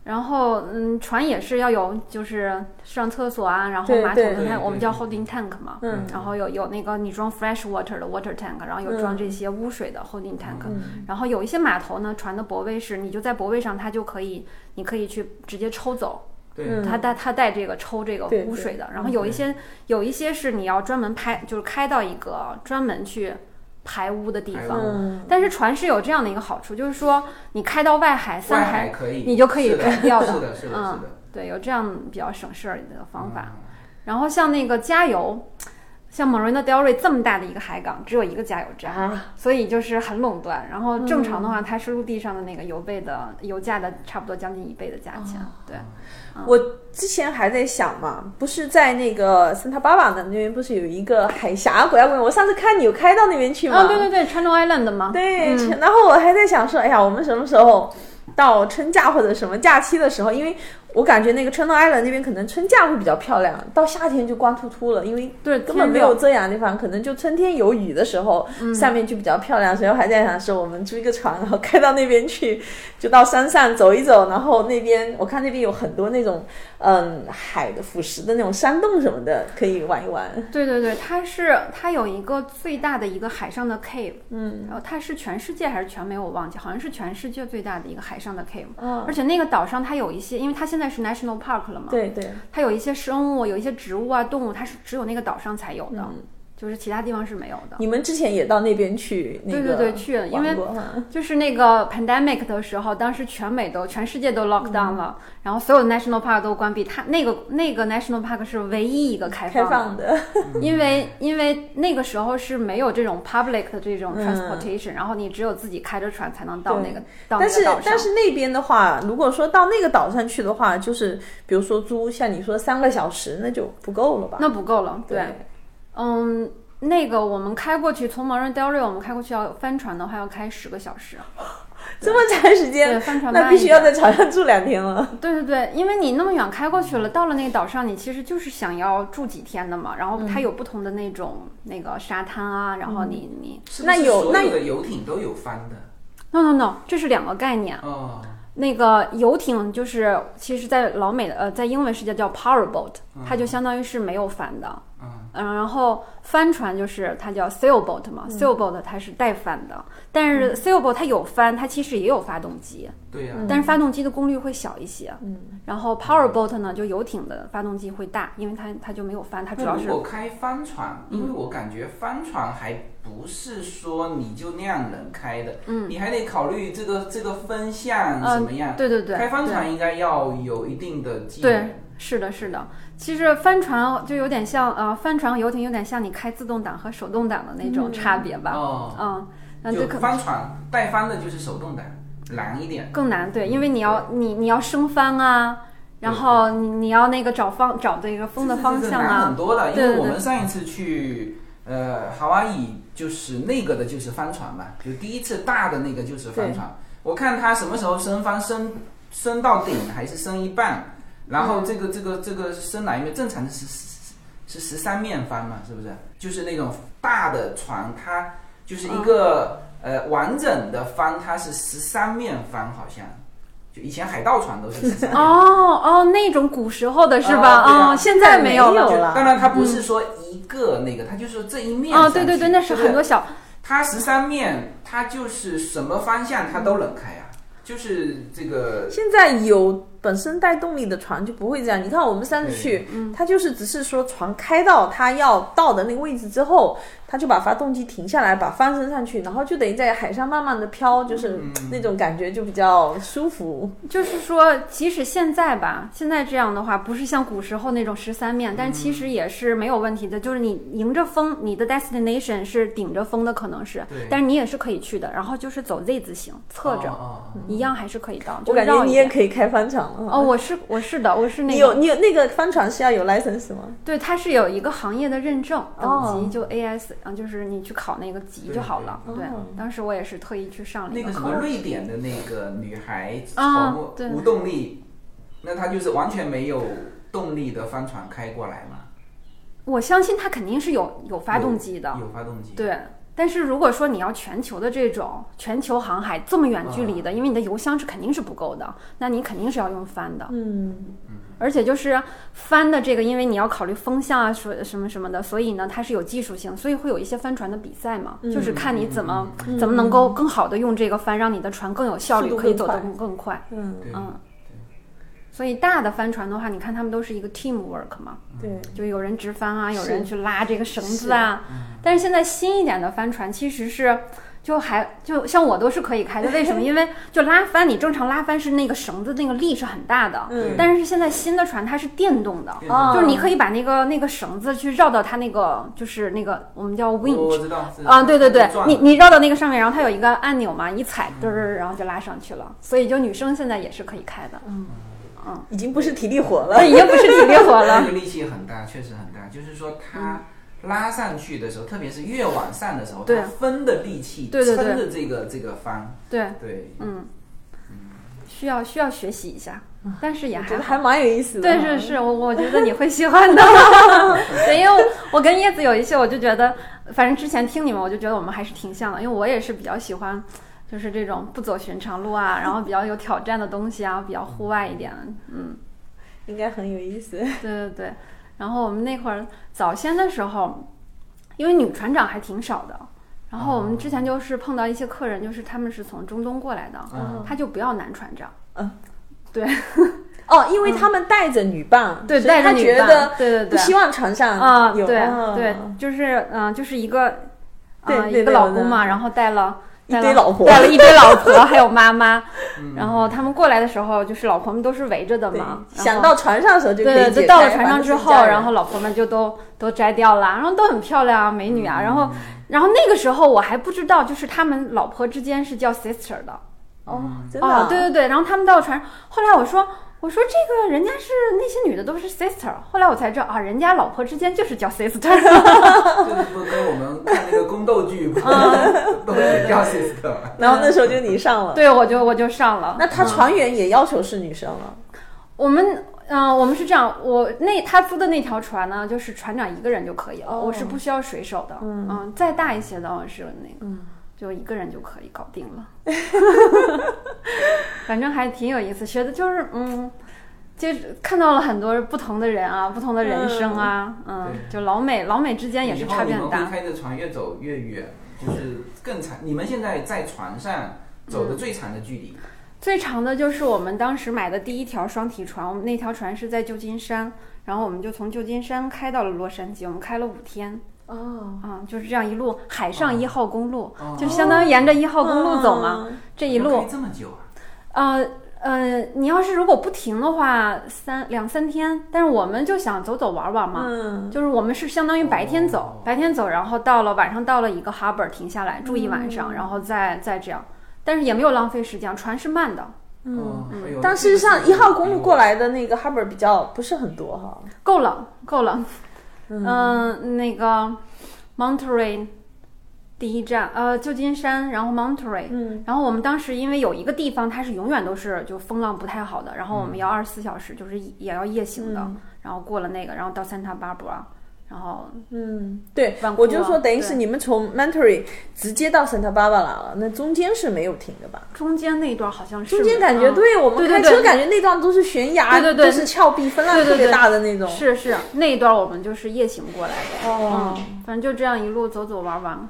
S2: 然后嗯，船也是要有，就是上厕所啊，然后
S3: 对
S2: 马桶
S3: 对
S2: 的
S1: 对
S2: 它我们
S1: 对
S2: 叫
S1: 对
S2: holding tank 嘛，
S3: 嗯
S2: 然后有有那个你装 fresh water 的 water tank，然后有装这些污水的 holding tank，、
S3: 嗯
S2: 然后有一些码头呢，船的泊位是你就在泊位上，它就可以，你可以去直接抽走，
S1: 对。
S3: 嗯
S2: 它带它带这个抽这个
S3: 对
S2: 污水的，然后
S1: 嗯
S2: 有一
S1: 对
S2: 些有一些是你要专门拍，就是开到一个专门去排污的地
S1: 排污
S2: 方。
S3: 嗯，
S2: 但是船是有这样的一个好处，就是说你开到外海、
S1: 外
S2: 三
S1: 海
S2: 海，
S1: 可以，
S2: 你就可以
S1: 是的
S2: 开掉的
S1: 是的，是的，
S2: 嗯
S1: 是的。
S2: 对，有这样比较省事儿的方法。
S1: 嗯
S2: 然后像那个加油，像 Marina del Rey 这么大的一个海港，只有一个加油站，
S3: 啊，嗯
S2: 所以就是很垄断。然后正常的话，它是陆地上的那个油费的油价的差不多将近一倍的价钱。
S3: 哦
S2: 对，
S3: 我之前还在想嘛，不是在那个圣塔巴巴的那边，不是有一个海峡国家公园？我上次看你有开到那边去吗？
S2: 啊，对嗯对对，Channel Island 嘛，
S3: 对，然后我还在想说，哎呀，我们什么时候到春假或者什么假期的时候，因为我感觉那个 Channel Island 那边可能春假会比较漂亮，到夏天就光秃秃了，因为
S2: 对
S3: 根本
S2: 天嗯
S3: 没有
S2: 热
S3: 遮阳的地方，可能就春天有雨的时候，下面就比较漂亮。所以我还在想说，我们租一个船，然后开到那边去，就到山上走一走，然后那边我看那边有很多那种嗯海的腐蚀的那种山洞什么的，可以玩一玩。
S2: 对对对，它是它有一个最大的一个海上的 cave，
S3: 嗯
S2: 然后它是全世界还是全美我忘记，好像是全世界最大的一个海上的 cave。
S3: 嗯
S2: 而，且那个岛上它有一些，因为它现在是 national park 了嘛，
S3: 对对，
S2: 它有一些生物，有一些植物啊、动物，它是只有那个岛上才有的，
S3: 嗯
S2: 就是其他地方是没有的。
S3: 你们之前也到那边去那
S2: 对
S3: 个
S2: 对对，去，因为
S3: 玩过哈
S2: 就是那个 pandemic 的时候，当时全美都、全世界都 lock down 了，
S3: 嗯
S2: 然后所有的 national park 都关闭。它那个那个 national park 是唯一一个开
S3: 开
S2: 放的，
S3: 放的，嗯
S2: 因为因为那个时候是没有这种 public 的这种
S3: 嗯
S2: transportation，、然后你只有自己开着船才能到那个到那
S3: 但
S2: 个
S3: 是
S2: 岛上。
S3: 但是那边的话，如果说到那个岛上去的话，就是比如说租像你说三个小时，那就不够了吧？
S2: 那不够了，
S3: 对，
S2: 嗯，那个我们开过去，从蒙人 del r 我们开过去要帆船的话要开十个小时，
S3: 这么长时
S2: 对，
S3: 间，
S2: 帆船
S3: 那
S2: 慢
S3: 必
S2: 一
S3: 须要
S2: 点
S3: 在船上住两天了。
S2: 对对对，因为你那么远开过去
S3: 嗯
S2: 了，到了那个岛上，你其实就是想要住几天的嘛。然后
S3: 嗯
S2: 它有不同的那种、那个沙滩啊，然后你你
S1: 是不
S3: 那
S1: 是
S3: 有
S1: 所
S3: 那
S1: 有的游艇都有帆的
S2: no no no，这是两个概念。
S1: 哦，
S2: 那个游艇就是，其实，在老美的呃，在英文世界叫 power boat，它
S3: 嗯
S2: 就相当于是没有帆的。
S1: 嗯
S2: 嗯，然后帆船就是它叫 sailboat 嘛、s a i l b o a t 它是带帆的，但是 sailboat 它有帆，它其实也有发动机，
S1: 对呀、
S2: 但是发动机的功率会小一些。
S3: 嗯，
S2: 然后 powerboat 呢，就游艇的发动机会大，因为它它就没有帆，它主
S1: 那
S2: 要
S1: 如
S2: 是嗯
S1: 果开帆船，因为我感觉帆船还不是说你就那样能开的，
S2: 嗯
S1: 你还得考虑这个这个风向
S2: 呃
S1: 怎么样。
S2: 对对对，
S1: 开帆
S2: 对
S1: 船应该要有一定的技
S2: 对
S1: 能。
S2: 是的，是的。其实帆船就有点像呃，帆船游艇有点像你开自动挡和手动挡的那种差别吧。
S1: 哦，
S2: 嗯，那
S1: 就
S2: 就可
S1: 帆船带帆的就是手动挡，难一点。
S2: 更难对，因为你要你你要升帆啊，然后你你要那个找方找这个风的方
S1: 这
S2: 向
S1: 个难
S2: 啊
S1: 很。多了，因
S2: 对对
S1: 为
S2: 对
S1: 我们上一次去呃夏威夷就是那个的就是帆船嘛，就第一次大的那个就是帆船。我看它什么时候升帆升升到顶还是升一半，然
S2: 嗯
S1: 后这个这个这个升哪一面？正常的是是十三面帆嘛，是不是？就是那种大的船，它就是
S2: 嗯
S1: 一个、呃完整的帆，它是十三面帆，好像就以前海盗船都是十三面。
S2: 哦哦，那种古时候的是吧？
S1: 啊对啊
S2: 哦， 现在没有
S3: 没有
S2: 了。
S3: 了
S1: 当然，它不是说一个那个，它就是说这一面。
S2: 哦，对对对，那是很
S1: 对不对。
S2: 多小
S1: 它十三面，它就是什么方向它都能开啊，就是这个。
S3: 现在有本身带动力的船就不会这样。你看我们上次去，
S2: 嗯
S3: 它就是只是说船开到它要到的那个位置之后，它就把发动机停下来，把帆升上去，然后就等于在海上慢慢的飘，就是那种感觉就比较舒服。
S2: 就是说，即使现在吧，现在这样的话，不是像古时候那种十三面，但其实也是没有问题的。就是你迎着风，你的 destination 是顶着风的，可能是
S1: 对，
S2: 但是你也是可以去的。然后就是走 Z 字形，侧着，嗯
S1: 哦哦
S2: 一样还是可以到。
S3: 我
S2: 就
S3: 感觉
S2: 绕
S3: 你
S2: 一
S3: 也
S2: 遍
S3: 可以开帆船了。
S2: 哦，我是我是的，我是那
S3: 你
S2: 个
S3: 有你有那个帆船是要有 license 吗？
S2: 对，它是有一个行业的认证
S3: 哦
S2: 等级，就 AS，嗯，就是你去考那个级
S1: 对
S2: 就好了。
S3: 对
S2: 对
S3: 哦，
S2: 当时我也是特意去上了一
S1: 哦那个什
S2: 课
S1: 么。瑞典的那个女孩
S2: 啊
S1: 从
S2: 对
S1: 无动力，那她就是完全没有动力的帆船开过来嘛，
S2: 我相信它肯定是有有发动机的，
S1: 有发动机。
S2: 对，但是如果说你要全球的这种全球航海这么远距离
S1: 嗯
S2: 的，因为你的油箱是肯定是不够的，那你肯定是要用帆的。
S3: 嗯，
S2: 而且就是帆的这个，因为你要考虑风向啊，说什么什么的，所以呢，它是有技术性，所以会有一些帆船的比赛嘛，就是看你怎么、怎么能够更好的用这个帆，让你的船更有效
S3: 速
S2: 率，
S3: 度
S2: 可以
S3: 更
S2: 走得
S3: 快
S2: 更更快。
S3: 嗯，
S1: 对
S2: 嗯，所以大的帆船的话，你看他们都是一个 team work 嘛，
S3: 对，
S2: 就有人直帆啊，有
S3: 是
S2: 人去拉这个绳子啊。但是现在新一点的帆船其实是，就还就像我都是可以开的，为什么？因为就拉帆，你正常拉帆是那个绳子那个力是很大的，
S3: 嗯
S2: 但是现在新的船它是电动的。
S1: 电动
S3: 哦
S2: 就是你可以把那个那个绳子去绕到它那个，就是那个我们叫
S1: 我我
S2: winch
S1: 知道。哦是
S2: 啊，对对对，
S1: 转
S2: 你你绕到那个上面，然后它有一个按钮嘛，一踩，嘚儿，然后就拉上去了。所以就女生现在也是可以开的，
S3: 已经不是体力活
S2: 那
S3: 了。
S2: 已经不是体力活
S1: 那
S2: 了。嗯
S1: 个力气很大，确实很大。就是说，它拉上去的时候，特别是越往上的时候，
S2: 对啊
S1: 它分的力气
S2: 对对对
S1: 撑着这个这个方，
S2: 对，
S1: 对，
S2: 嗯，需要需要学习一下。但是也
S3: 我觉
S2: 还
S3: 得
S2: 好
S3: 还蛮有意思的。
S2: 对，是是，我我觉得你会喜欢 的。对，因为我我跟叶子有一些，我就觉得，反正之前听你们，我就觉得我们还是挺像的，因为我也是比较喜欢，就是这种不走寻常路啊，然后比较有挑战的东西啊，比较户外一点。嗯，
S3: 应该很有意思。
S2: 对对对。然后我们那会儿早先的时候，因为女船长还挺少的，然后我们之前就是碰到一些客人，就是他们是从中东过来的，
S1: 嗯
S2: 他就不要男船长。
S3: 哦，因为他们带着女伴，
S2: 嗯对，
S3: 所以
S2: 带着
S3: 他
S2: 女
S3: 觉
S2: 伴
S3: 得
S2: 对对
S3: 不
S2: 对，
S3: 希望船上
S2: 啊，
S3: 有
S2: 对
S3: 啊
S2: 对，就是嗯、呃就是一个
S3: 对
S2: 啊、
S3: 对
S2: 一个
S3: 对
S2: 老
S3: 对
S2: 公嘛，
S3: 对
S2: 然后带了
S3: 一
S2: 带
S3: 堆
S2: 了
S3: 老婆，
S2: 带了一堆老婆，还有妈妈，
S1: 嗯
S2: 然后他们过来的时候，就是老婆们都是围着的
S3: 对
S2: 嘛，然
S3: 想
S2: 后
S3: 到船上的时候就
S2: 对
S3: 可以
S2: 对，
S3: 解
S2: 就到
S3: 开
S2: 了船上之后，然后老婆们就都都摘掉了，然后都很漂亮啊，美女啊，然后然后那个时候我还不知道，就是他们老婆之间是叫 sister 的，
S3: 哦，真的
S2: 啊，
S3: 啊
S2: 对对对，然后他们到船，后来我说我说这个人家是那些女的都是 sister，后来我才知道啊，人家老婆之间就是叫 sister，
S1: 这嗯不跟我们看那个宫斗剧 不都是叫 sister
S2: 嗯
S1: 吗？
S3: 然后那时候就你上了，
S2: 对我就我就上了。
S3: 那他船员也要求是女生了，
S2: 我们嗯、我们是这样，我那他租的那条船呢，就是船长一个人就可以了，
S3: 哦
S2: 我是不需要水手的，嗯再大一些的我是那个，就一个人就可以搞定了， 反正还挺有意思，学的就是嗯。就是看到了很多不同的人啊，不同的人生啊，嗯，
S1: 对
S2: 就老美老美之间也是差
S1: 以
S2: 别很
S1: 后你们
S2: 大
S1: 会。开着船越走越远，就是更长。你们现在在船上走的最长的距离，
S2: 最长的就是我们当时买的第一条双体船，我们那条船是在旧金山，然后我们就从旧金山开到了洛杉矶，我们开了五天。
S3: 哦，
S2: 啊、就是这样一路海上一号公路，
S1: 哦
S2: 嗯就相当于沿着一号公路走
S3: 嗯
S2: 啊嘛。这一
S1: 你们
S2: 路
S1: 开，这么久啊？
S2: 呃呃，你要是如果不停的话，三两三天。但是我们就想走走玩玩嘛，
S3: 嗯，
S2: 就是我们是相当于白天走，
S1: 哦
S2: 白天走，然后到了晚上到了一个 harbor 停下来住一晚上，然后再再这样。但是也没有浪费时间，船是慢的，
S1: 嗯，哎呦
S3: 但事实上，一号公路过，来的那个 harbor 比较不是很多哈，
S2: 够了，够了。 嗯、那个 Monterey 第一站，呃，旧金山，然后 Monterey，
S3: 嗯，
S2: 然后我们当时因为有一个地方它是永远都是就风浪不太好的，然后我
S3: 嗯
S2: 们要二十四小时就是也要夜行的，然后过了那个，然后到 Santa Barbara，然后
S3: 嗯，对
S2: 万，库
S3: 我就说
S2: 啊
S3: 等于是
S2: 对
S3: 你们从 Mentory 直接到 Santa Barbara 了，那中间是没有停的吧？
S2: 中间那一段好像是
S3: 中间感觉，
S2: 嗯
S3: 对我们
S2: 对
S3: 开
S2: 对
S3: 车
S2: 对
S3: 感觉那段都是悬崖，
S2: 对对对
S3: 都是峭壁，风浪
S2: 对对
S3: 特别
S2: 对
S3: 大的那种。
S2: 是是那一段我们就是夜行过来的，
S3: 哦，
S2: 嗯，反正就这样一路走走玩玩，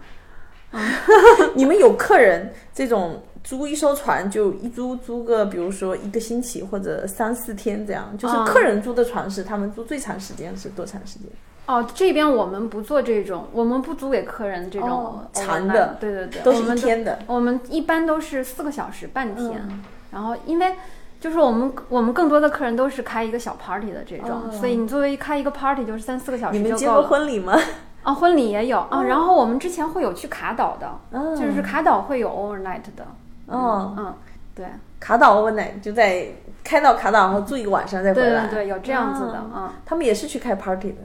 S3: 你们有客人这种租一艘船就一租租个，比如说一个星期或者三四天这样，就是
S2: 嗯
S3: 客人租的船是他们租最长时间是多长时间？
S2: 哦，这边我们不做这种，我们不租给客人这种
S3: 哦
S2: overnight，
S3: 长的
S2: 对对对，
S3: 都
S2: 我
S3: 是
S2: 们
S3: 一天的。
S2: 我们一般都是四个小时半天，
S3: 嗯
S2: 然后因为就是我们我们更多的客人都是开一个小 party 的这种，
S3: 哦
S2: 所以你作为开一个 party 就是三四个小
S3: 你
S2: 时
S3: 们
S2: 就
S3: 结
S2: 够
S3: 过
S2: 了。
S3: 婚礼吗？
S2: 啊，婚礼也有啊，然后我们之前会有去卡岛的，
S3: 嗯
S2: 就是卡岛会有 overnight 的，
S3: 哦，
S2: 嗯，对
S3: 卡岛 overnight 就在开到卡岛，然后住一个晚上再回
S2: 对
S3: 来。
S2: 对对，有这样子的，
S3: 啊
S2: 嗯，
S3: 他们也是去开 party 的。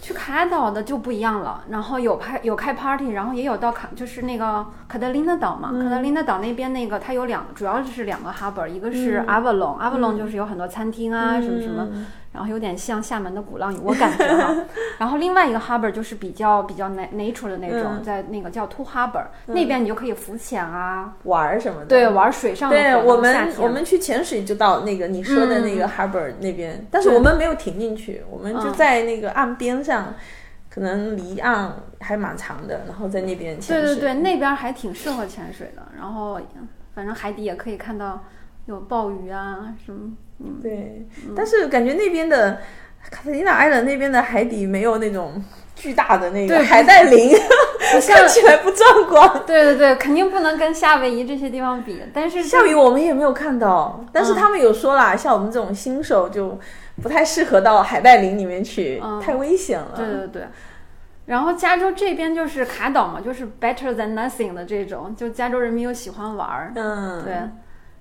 S2: 去卡岛的就不一样了，然后有开有开 party，然后也有到卡，就是那个卡德琳娜岛
S3: 嗯
S2: 嘛，卡德琳娜岛那边那个它有两，主要是两个 harbor，一个是
S3: 嗯
S2: Avalon，Avalon、Avalon 就是有很多餐厅啊、什么什么，然后有点像厦门的鼓浪屿，我感觉 哈。然后另外一个 harbor 就是比较比较 na- nature 的那种，
S3: 嗯
S2: 在那个叫 Two Harbor、那边你就可以浮潜啊，
S3: 玩儿什么的。
S2: 对，。玩水上的
S3: 对
S2: 活动
S3: 我
S2: 夏
S3: 们，
S2: 天
S3: 我们去潜水就到那个你说的那个 harbor 那边，但是我们没有停进去，我们就
S2: 嗯
S3: 在那个岸边上，可能离岸还蛮长的，然后在那边潜
S2: 对
S3: 水。
S2: 对对，嗯那边儿还挺适合潜水的。然后，反正海底也可以看到有鲍鱼啊什么。嗯，
S3: 对但是感觉那边的卡特琳娜 island 那边的海底没有那种巨大的那个
S2: 对
S3: 海带林，
S2: 像
S3: 看起来不壮 观。
S2: 对对对，肯定不能跟夏威夷这些地方比，但是
S3: 下雨我们也没有看到，但
S2: 嗯
S3: 是他们有说啦，像我们这种新手就不太适合到海带林里面去，
S2: 嗯
S3: 太危险了。
S2: 对对对。然后加州这边就是卡岛嘛，就是 better than nothing 的这种，就加州人民又喜欢玩儿，
S3: 嗯，
S2: 对。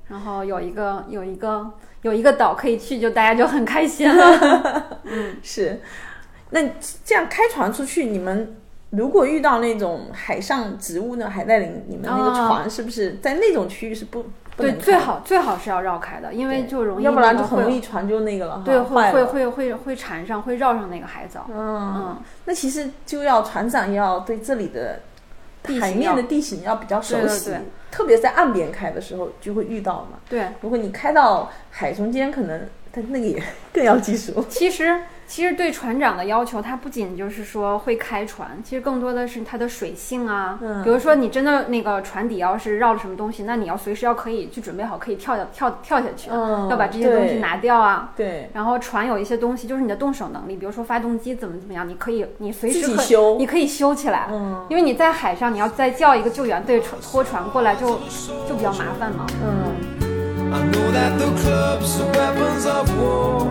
S2: 然后有一个有一个有一个岛可以去，就大家就很 开心了。
S3: 是，那这样开船出去，你们如果遇到那种海上植物呢，海带林，你们那个
S2: 啊
S3: 船是不是在那种区域是不不
S2: 对，
S3: 能
S2: 最
S3: 开
S2: 好最好是要绕开的，因为
S3: 对
S2: 就容易
S3: 要不然
S2: 那
S3: 就
S2: 个
S3: 很容
S2: 会
S3: 易船就那个了哈，
S2: 对
S3: 坏
S2: 会
S3: 了
S2: 会会会会缠上，会绕上那个海藻。
S3: 嗯
S2: 嗯，
S3: 那其实就要船长也要对这里的
S2: 地
S3: 海
S2: 形
S3: 面
S2: 要
S3: 的地形要比较熟
S2: 对对
S3: 悉，
S2: 对
S3: 特别是在岸边开的时候就会遇到嘛。
S2: 对，
S3: 如果你开到海中间，可能但那个也 更要技术。
S2: 其实其实对船长的要求，他不仅就是说会开船，其实更多的是他的水性啊。
S3: 嗯
S2: 比如说你真的那个船底要是绕了什么东西，那你要随时要可以去准备好，可以跳下跳跳下去，
S3: 嗯
S2: 要把这些东西
S3: 对
S2: 拿掉啊。
S3: 对，
S2: 然后船有一些东西，就是你的动手能力，比如说发动机怎么怎么样，你可以你随时
S3: 自己
S2: 可以
S3: 修
S2: 你可以修起来。
S3: 嗯
S2: 因为你在海上，你要再叫一个救援队船拖船过来就，就比较麻烦嘛。
S3: 嗯，
S4: I know that the clubs are weapons of war.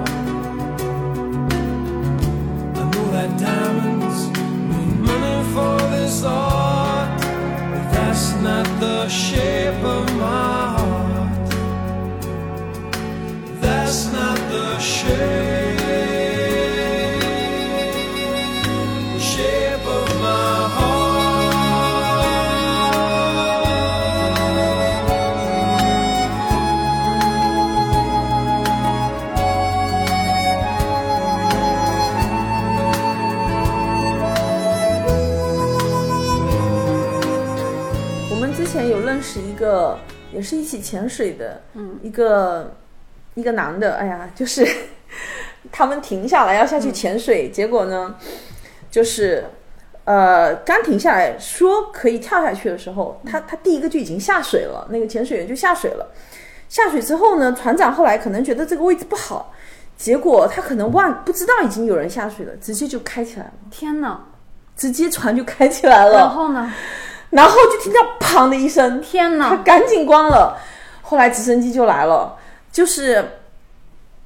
S4: I know that diamonds need money for this art, but that's not the shape of my heart. That's not the shape, shape of my heart.
S3: 我们之前有认识一个也是一起潜水的，嗯，一个一个男的，哎呀，就是 他们停下来要下去潜水，
S2: 嗯
S3: 结果呢，就是。呃，刚停下来说可以跳下去的时候，
S2: 嗯
S3: 他他第一个就已经下水了，那个潜水员就下水了。下水之后呢，船长后来可能觉得这个位置不好，结果他可能
S2: 嗯
S3: 忘不知道已经有人下水了，直接就开起来了，
S2: 天哪！
S3: 直接船就开起来了。
S2: 然后呢？
S3: 然后就听到“砰”的一声，
S2: 天
S3: 他
S2: 哪！
S3: 赶紧关了。后来直升机就来了，就是，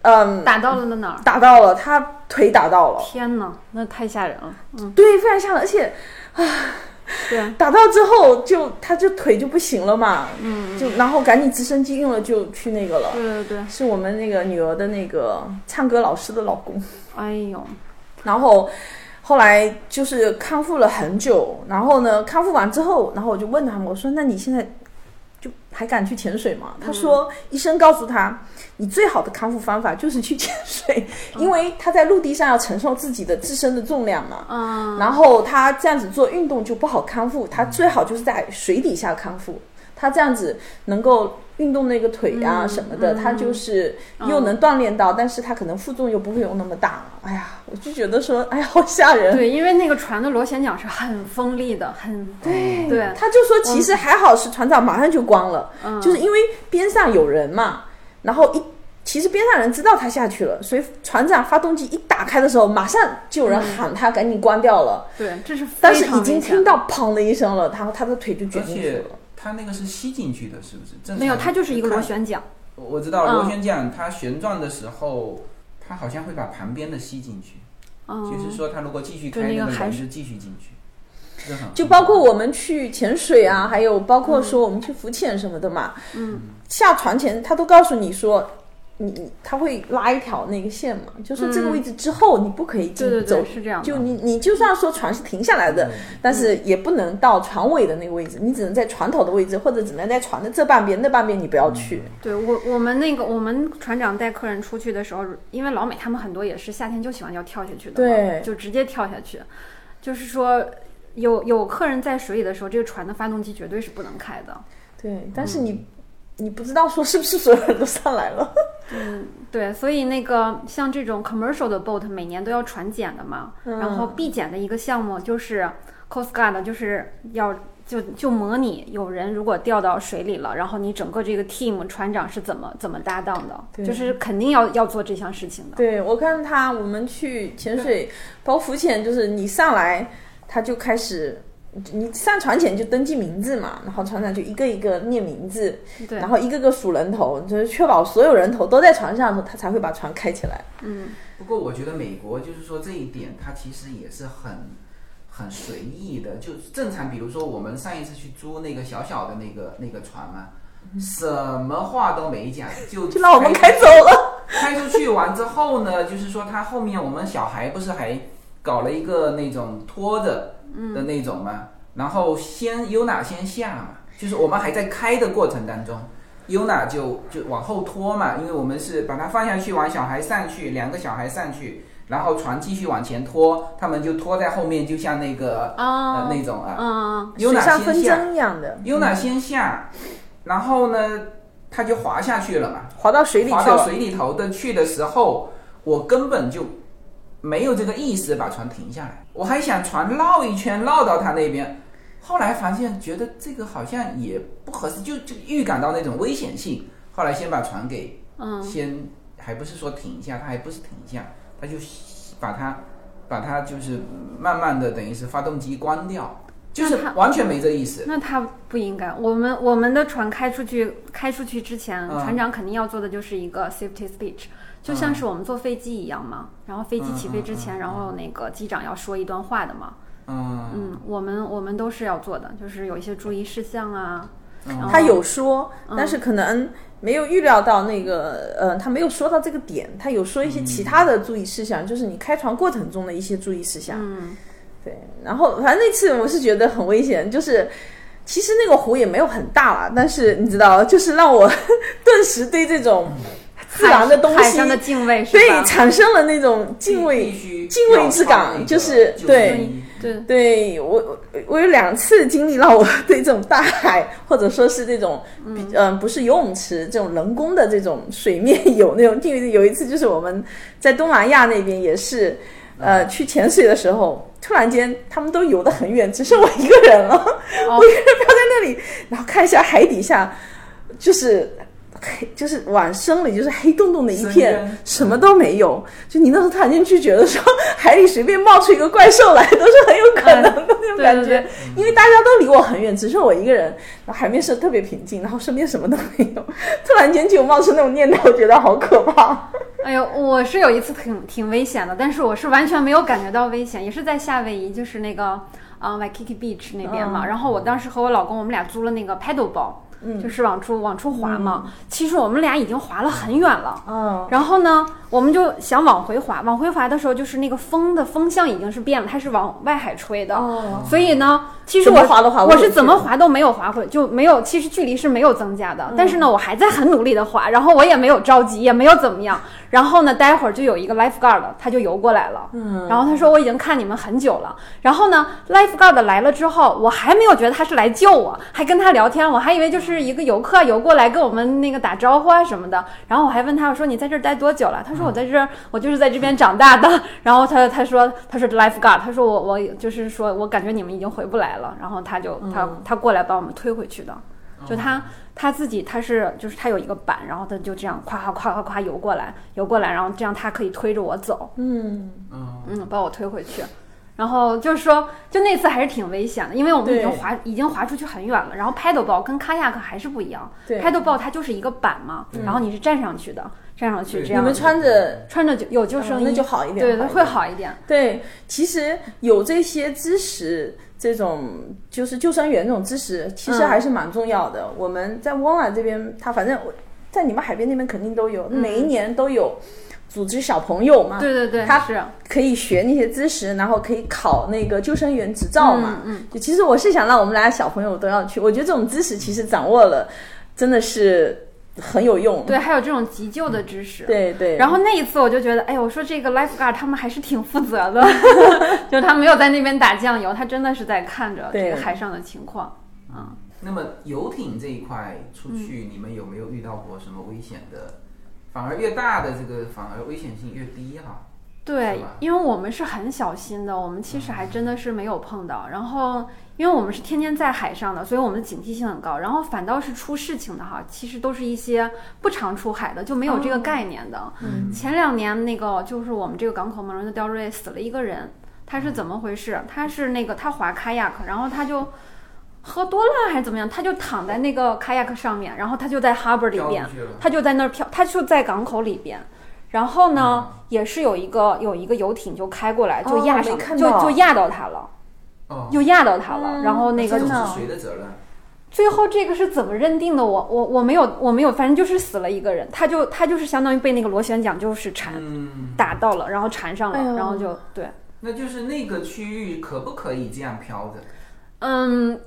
S3: 嗯，
S2: 打到了哪儿？
S3: 打到了他腿打到了，
S2: 天哪，那太吓人了。嗯，
S3: 对，非常吓人，而且
S2: 对，
S3: 打到之后就他就腿就不行了嘛，嗯，就然后赶紧直升机用了就去那个了。
S2: 对对对，
S3: 是我们那个女儿的那个唱歌老师的老公，
S2: 哎呦，
S3: 然后后来就是康复了很久，然后呢，康复完之后，然后我就问他们，我说：“那你现在就还敢去潜水吗？”他说：“医生告诉他，你最好的康复方法就是去潜水，因为他在陆地上要承受自己的自身的重量嘛。
S2: 嗯，
S3: 然后他这样子做运动就不好康复，他最好就是在水底下康复。他这样子能够运动那个腿啊
S2: 嗯
S3: 什么的，他就是又能锻炼到，但是他可能负重又不会有那么大。哎呀，我就觉得说，哎呀，好吓人。
S2: 对，因为那个船的螺旋桨是很锋利的，很对对，
S3: 他就说，其实还好是船长马上就关了，
S2: 嗯
S3: 就是因为边上有人嘛，然后一。其实边上人知道他下去了，所以船长发动机一打开的时候，马上就有人
S2: 嗯
S3: 喊他，赶紧关掉了。
S2: 对，这是
S3: 但
S2: 非
S3: 是
S2: 常
S3: 已经
S2: 危险
S3: 听到砰的一声了，然后他的腿就
S1: 嗯而
S3: 卷进去
S1: 且
S3: 了。
S1: 它那个是吸进去的，是不是？正常
S2: 没有，它就是一个螺
S1: 看
S2: 旋桨。
S1: 我我知道了
S2: 嗯
S1: 螺旋桨它旋转的时候，它好像会把旁边的吸进去，
S2: 嗯，
S1: 就是说它如果继续
S2: 就
S1: 开，
S2: 那个
S1: 那
S2: 海
S1: 人
S2: 水
S1: 就继续进去。这很
S3: 就包括我们去潜水啊，还有包括说我们去浮潜什么的嘛，
S2: 嗯，
S3: 下船前他都告诉你说，你你他会拉一条那个线嘛，就是这个
S2: 嗯
S3: 位置之后你不可以进
S2: 对对
S3: 走
S2: 对，，是这样的。
S3: 就你你就算说船是停下来
S1: 嗯
S3: 的，但是也不能到船尾的那个位置，你只能在船头的位置，或者只能在船的这半边那半边你不要去。
S1: 嗯
S2: 对我我们那个我们船长带客人出去的时候，因为老美他们很多也是夏天就喜欢要跳下去的，
S3: 对
S2: 就直接跳下去。就是说有有客人在水里的时候，这个船的发动机绝对是不能开的。
S3: 对，但是你、
S1: 嗯
S3: 你不知道说是不是所有人都上来了。
S2: 对，所以那个像这种 commercial 的 boat 每年都要船检的嘛，
S3: 嗯
S2: 然后必检的一个项目就是 Coast Guard，就是要就就模拟有人如果掉到水里了，然后你整个这个 team 船长是怎么怎么搭档的，
S3: 对
S2: 就是肯定要要做这项事情的。
S3: 对，我看他，我们去潜水，包括浮潜，就是你上来，他就开始，你上船前就登记名字嘛，然后船长就一个一个念名字，
S2: 对
S3: 然后一个个数人头，就是确保所有人头都在船上的时候，他才会把船开起来。
S1: 不过我觉得美国就是说这一点，它其实也是很很随意的，就正常。比如说我们上一次去租那个小小的那个那个船嘛，什么话都没讲，就
S3: 嗯 就让我们
S1: 开
S3: 开走了，
S1: 开出去完之后呢，就是说他后面我们小孩不是还搞了一个那种拖着
S3: 嗯
S1: 的那种嘛，然后先 UNA 先下嘛，就是我们还在开的过程当中，UNA 就就往后拖嘛，因为我们是把它放下去，往小孩上去，两个小孩上去，然后船继续往前拖，他们就拖在后面，就像那个、呃
S2: 啊，
S1: 那种啊
S2: 嗯，
S1: ，UNA
S3: 哦水上
S1: 先
S3: 纷
S1: 下
S3: 争一样的，
S1: ，UNA 先下，然后呢他就滑下去了嘛。
S3: 滑到水里去
S1: 滑到
S3: 了。
S1: 水里头的去的时候，我根本就没有这个意识把船停下来，我还想船绕一圈绕到他那边，后来发现觉得这个好像也不合适，就就预感到那种危险性，后来先把船给
S2: 嗯
S1: 先还不是说停下，他还不是停下，他就把它把它就是慢慢的等于是发动机关掉，就是
S2: 那他
S1: 完全没这意思。
S2: 那他不应该。我们我们的船开出去，开出去之前，
S1: 嗯
S2: 船长肯定要做的就是一个 safety speech，就像是我们坐飞机一样嘛。然后飞机起飞之前，然后那个机长要说一段话的嘛。
S1: 嗯
S2: 嗯，我们我们都是要做的，就是有一些注意事项啊。
S1: 嗯
S2: 然后
S3: 他有说，
S2: 嗯
S3: 但是可能没有预料到那个，呃，他没有说到这个点，他有说一些其他的注意事项，就是你开船过程中的一些注意事项。
S2: 嗯
S3: 对，然后反正那次我是觉得很危险，就是其实那个湖也没有很大啦，但是你知道，就是让我 顿时对这种自然的东
S2: 海
S3: 西
S2: 上，的敬畏是
S3: 对
S2: 吧？
S3: 产生了那种敬畏
S1: 必。须
S3: 敬畏之感
S1: 要穿那个
S3: 就是
S1: 救生
S3: 对
S1: 衣
S2: 对，
S3: 对我，我我有两次经历让我 对这种大海，或者说是这种，嗯、呃，不是游泳池这种人工的这种水面 有那种敬畏。有一次就是我们在东南亚那边也是，呃，去潜水的时候，突然间他们都游得很远，只剩我一个人了，
S2: 哦
S3: 我一个人飘在那里，然后看一下海底下，就是。黑就是往深里，就是黑洞洞的一
S1: 深
S3: 片
S1: 渊，
S3: 什么都没有。就你那时候突然间拒绝的时候，海里随便冒出一个怪兽来，都是很有可能的那种
S2: 对
S3: 感觉。
S2: 对对
S3: 因为大家都离我很远，只剩我一个人，然后海面是特别平静，然后身边什么都没有， 突然间就冒出那种念头，觉得好可怕。
S2: 哎呦，我是有一次挺挺危险的，但是我是完全没有感觉到危险，也是在夏威夷，就是那个啊、Waikiki Beach 那边嘛。
S3: 嗯
S2: 然后我当时和我老公，我们俩租了那个 paddle ball，、就是往出往出滑嘛。其实我们俩已经滑了很远了。
S3: 嗯，
S2: 然后呢，我们就想往回滑，往回滑的时候，就是那个风的风向已经是变了，它是往外海吹的。
S3: 哦
S2: 所以呢，其实
S3: 怎么
S2: 我
S3: 滑都滑不
S2: 我
S3: 回
S2: 是
S3: 去
S2: 怎么滑都没有滑回，就没有，其实距离是没有增加的。
S3: 嗯
S2: 但是呢，我还在很努力的滑，然后我也没有着急，也没有怎么样。然后呢，待会儿就有一个 lifeguard 了，他就游过来了。嗯，然后他说我已经看你们很久了。然后呢，lifeguard 来了之后，我还没有觉得他是来救我，还跟他聊天，我还以为就是一个游客游过来跟我们那个打招呼啊什么的。然后我还问他，我说你在这儿待多久了？他
S3: 嗯
S2: 说我在这儿，我就是在这边长大的。 然后他他说他说 lifeguard，他说我我就是说我感觉你们已经回不来了。然后他
S3: 嗯
S2: 就他他过来把我们推回去的。
S3: 哦
S1: 嗯
S2: 就他他自己他是就是他有一个板，然后他就这样夸夸夸夸夸游过来游过来，然后这样他可以推着我走，
S1: 嗯
S2: 嗯，把我推回去。然后就是说，就那次还是挺危险的，因为我们已经
S3: 对
S2: 滑已经滑出去很远了。然后 paddle ball 跟 kayak 还是不一样
S3: 对嗯
S2: ，paddle ball 它就是一个板嘛，然后你是站上去的，站上去
S1: 对
S2: 这
S3: 你
S2: 样
S3: 们穿着。
S2: 穿着就有救生衣
S3: 嗯那就好一点，
S2: 对，
S3: 好一点
S2: 会好一点。
S3: 对，其实有这些知识，这种就是救生员这种知识，其实
S2: 嗯
S3: 还是蛮重要的。我们在汪兰这边，他反正我在你们海边那边肯定都有，每一年都有组织小朋友嘛，
S2: 对对对，嗯
S3: 他
S2: 是
S3: 可以学那些知识，然后可以考那个救生员执照嘛。
S2: 嗯嗯
S3: 就其实我是想让我们俩小朋友都要去，我觉得这种知识其实掌握了，真的是很有用。
S2: 对，还有这种急救的知识。
S3: 嗯对对，
S2: 然后那一次我就觉得，哎，我说这个 lifeguard 他们还是挺负责 的，就是他没有在那边打酱油，他真的是在看着这
S3: 对
S2: 个海上的情况。嗯，
S1: 那么游艇这一块出去，你们有没有遇到过什么危险的？反而越大的这个反而危险性越低哈。
S2: 对
S1: 是吧，
S2: 因为我们是很小心的，我们其实还真的是没有碰到。然后，因为我们是天天在海上的，所以我们的警惕性很高。然后反倒是出事情的哈，其实都是一些不常出海的，就没有这个
S3: 哦
S2: 概念的。
S1: 嗯
S2: 前两年那个就是我们这个港口蒙人的吊坠死了一个人，他是怎么回事？他是那个他划 kayak，然后他就喝多了还是怎么样，他就躺在那个 kayak 上面，然后他就在 harbor 里
S1: 掉
S2: 边
S1: 进，去了，
S2: 他就在那儿漂，他就在港口里边。然后呢，也是有一个有一个游艇就开过来，就
S3: 哦
S2: 压
S3: 没
S2: 上了，
S3: 看
S2: 就
S3: 到
S2: 就压到他了，
S1: 哦，
S2: 就压到他了。
S3: 嗯
S2: 然后那个
S1: 这
S3: 真
S1: 种
S3: 的
S1: 是谁的责任？
S2: 最后这个是怎么认定的？我我我没有我没有，反正就是死了一个人，他就他就是相当于被那个螺旋桨就是缠，
S1: 嗯，
S2: 打到了，然后缠上了，
S3: 哎呦
S2: 然后就对，
S1: 那就是那个区域可不可以这样漂着？
S2: 嗯，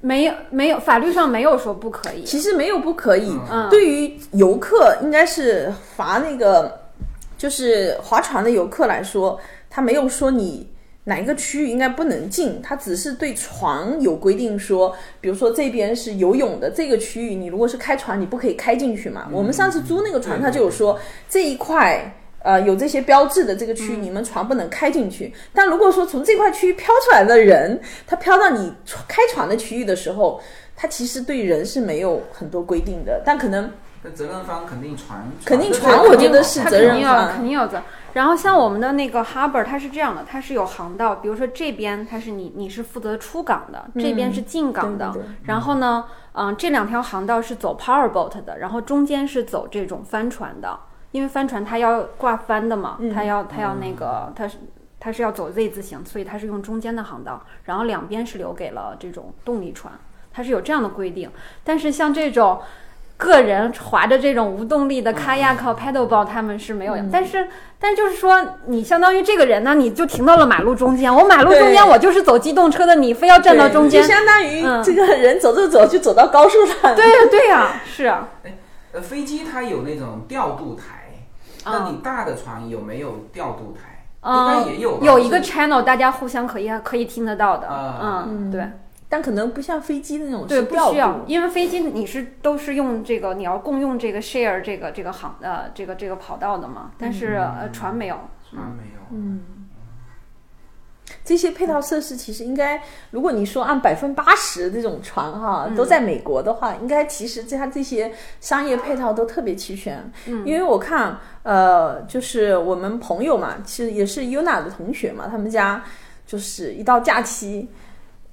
S2: 没有没有，法律上没有说不可以。
S3: 其实没有不可以，
S2: 嗯
S3: 对于游客应该是罚那个，就是划船的游客来说，他没有说你。哪一个区域应该不能进？他只是对船有规定说，比如说这边是游泳的这个区域，你如果是开船，你不可以开进去嘛。我们上次租那个船，
S1: 嗯对
S3: 他就有说这一块。呃，有这些标志的这个区
S1: 嗯
S3: 域，你们船不能开进去。但如果说从这块区域飘出来的人，他飘到你船开船的区域的时候，他其实对人是没有很多规定的，但可能
S1: 那责任方肯定传，
S3: 肯定
S1: 这
S3: 传
S1: 个
S3: 我觉得是
S2: 他
S3: 责任
S2: 肯定有
S3: 方
S2: 肯定有责。然后像我们的那个 harbor，它是这样的，它是有航道，比如说这边它是你你是负责出港的，这边是进港的。
S3: 嗯对对
S2: 然后呢，嗯、这两条航道是走 power boat 的，然后中间是走这种帆船的，因为帆船它要挂帆的
S3: 嗯
S2: 嘛，它要它要那个它是。它是要走 Z 字形，所以它是用中间的航道，然后两边是留给了这种动力船，它是有这样的规定。但是像这种个人划着这种无动力的 kayak、paddle board，他们是没有的。但是，但就是说，你相当于这个人呢，你就停到了马路中间。我马路中间，
S3: 对
S2: 我就是走机动车的，你非要站到
S3: 对
S2: 中间
S3: 就。相当于
S2: 嗯
S3: 这个人走着走就走到高速上。
S2: 对呀，对呀、是啊。
S1: 呃，飞机它有那种调度台，那你大的船有没有调度台？应该也有吧，
S2: 嗯有一个
S1: 是
S2: channel，大家互相可以可以听得到的。
S1: 啊
S2: 嗯，对
S3: 但可能不像飞机那种
S2: 对，
S3: 是
S2: 不
S3: 调
S2: 需要
S3: 度，
S2: 因为飞机你是都是用这个，你要共用这个 share 这个这个航呃这个这个跑道的嘛，但是、呃船没有。
S1: 船没有，
S3: 这些配套设施其实应该，如果你说按百分八十这种船哈、都在美国的话，应该其实这它这些商业配套都特别齐全。嗯，因为我看呃，就是我们朋友嘛，其实也是 UNA 的同学嘛，他们家就是一到假期。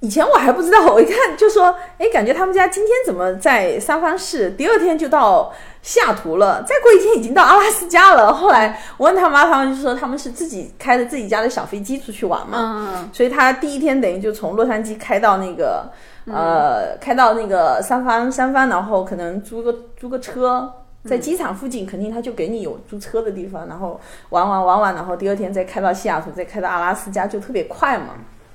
S3: 以前我还不知道，我一看就说，哎，感觉他们家今天怎么在三藩市，第二天就到西雅图了，再过一天已经到阿拉斯加了。后来我问他妈，他们就说他们是自己开着自己家的小飞机出去玩嘛，
S2: 嗯，
S3: 所以他第一天等于就从洛杉矶开到那个、
S2: 嗯
S3: 呃，开到那个三藩三藩，然后可能租个租个车，在机场附近肯定他就给你有租车的地方，然后玩玩玩玩，然后第二天再开到西雅图，再开到阿拉斯加，就特别快嘛。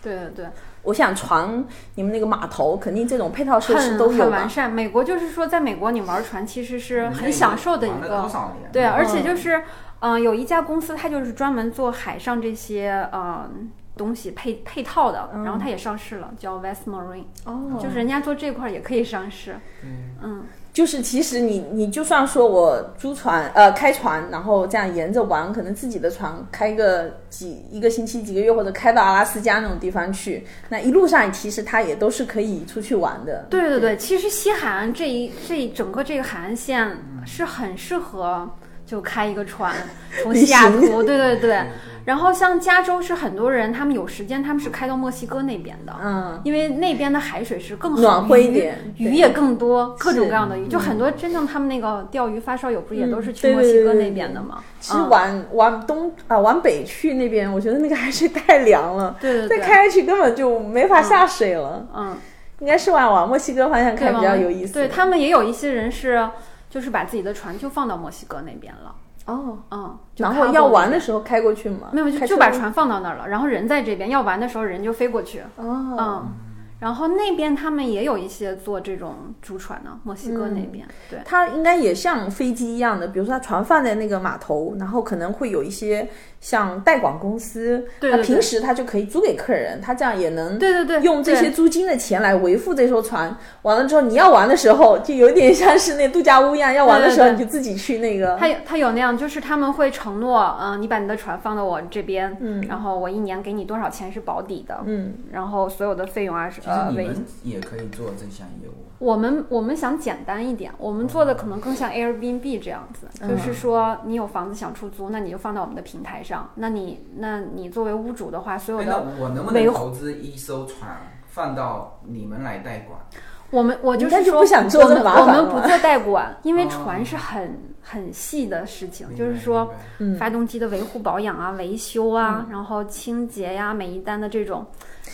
S2: 对对对。
S3: 我想船，你们那个码头肯定这种配套设施
S2: 很
S3: 都有
S2: 很
S3: 吧
S2: 完？善。美国就是说，在美国你玩船其实是
S1: 你看
S2: 很享受的一
S1: 玩了多
S2: 个，
S1: 少年？
S2: 对，而
S1: 且
S2: 且就是，嗯、有一家公司，它就是专门做海上这些，嗯、东西配配套的，
S3: 嗯
S2: 然后它也上市了，叫 West Marine，、
S3: 哦
S2: 就是人家做这块儿也可以上市。嗯，
S3: 就是其实你你就算说我租船呃开船，然后这样沿着玩，可能自己的船开个几一个星期几个月，或者开到阿拉斯加那种地方去，那一路上其实它也都是可以出去玩的。
S2: 对对对，其实西海岸这一这一整个这个海岸线是很适合就开一个 船从西雅
S3: 旅行
S2: 图，对对对。然后像加州是很多人，他们有时间，他们是开到墨西哥那边的，
S3: 嗯，
S2: 因为那边的海水是更好
S3: 暖和一点
S2: 鱼
S3: 对
S2: 鱼也更多，各种各样的鱼，就很多真正他们那个钓鱼发烧友不是也都是去
S3: 对
S2: 墨
S3: 对
S2: 西
S3: 对
S2: 哥
S3: 嗯对
S2: 那边
S3: 对
S2: 的嘛？
S3: 其实
S2: 嗯
S3: 往往东啊、往北去那边，我觉得那个海水太凉了，
S2: 嗯对对
S3: 再
S2: 对
S3: 开下去根本就没法下水了。
S2: 嗯，
S3: 应该是往往墨西哥方向
S2: 对
S3: 开
S2: 吗
S3: 比较有意思。
S2: 对他们也有一些人是，就是把自己的船就放到墨西哥那边了，
S3: 哦，
S2: 嗯，就
S3: 然后
S2: 开
S3: 要
S2: 过
S3: 玩
S2: 去
S3: 的时候开过去嘛，
S2: 没有
S3: 开
S2: 就
S3: 车
S2: 就把
S3: 过去
S2: 船放到那儿了，然后人在这边要玩的时候人就飞过去，
S3: 哦。
S2: 嗯。然后那边他们也有一些做这种竹船呢，墨西哥那
S3: 嗯
S2: 边，对，
S3: 它应该也像飞机一样的，比如说它船放在那个码头，然后可能会有一些像代管公司，
S2: 对
S3: 它
S2: 对对
S3: 平时它就可以租给客人，它这样也能
S2: 对对对
S3: 用这
S2: 对
S3: 些租金的钱来维护这艘船。完了之后，你要玩的时候，就有点像是那度假屋一样，要玩的时候
S2: 对对
S3: 你就自己去那个。
S2: 他有他有那样，就是他们会承诺，嗯、你把你的船放到我这边，嗯，然后我一年给你多少钱是保底的，
S3: 嗯，
S2: 然后所有的费用啊是
S1: 其实
S2: 呃
S1: 你
S2: 为。
S1: 们也可以做这项业务。
S2: 我们我们想简单一点，我们做的可能更像 Airbnb 这样子，
S3: 嗯
S2: 就是说你有房子想出租，那你就放到我们的平台上，那你那你作为屋主的话，所有
S1: 哎
S2: 的
S1: 那我能不
S2: 维
S1: 能
S2: 护
S1: 投资一艘船放到你们来代管？
S2: 我们我就
S3: 但是
S2: 说
S3: 不想做
S2: 我
S3: 这
S2: 们
S3: 麻
S2: 我
S3: 烦
S2: 们
S3: 嘛
S2: 不做代管，因为
S1: 哦
S2: 船是很很细的事情，
S1: 明
S2: 就是
S1: 白
S2: 说
S1: 明白
S3: 嗯，
S2: 发动机的维护保养啊、维修啊，然后清洁呀、每一单的这种，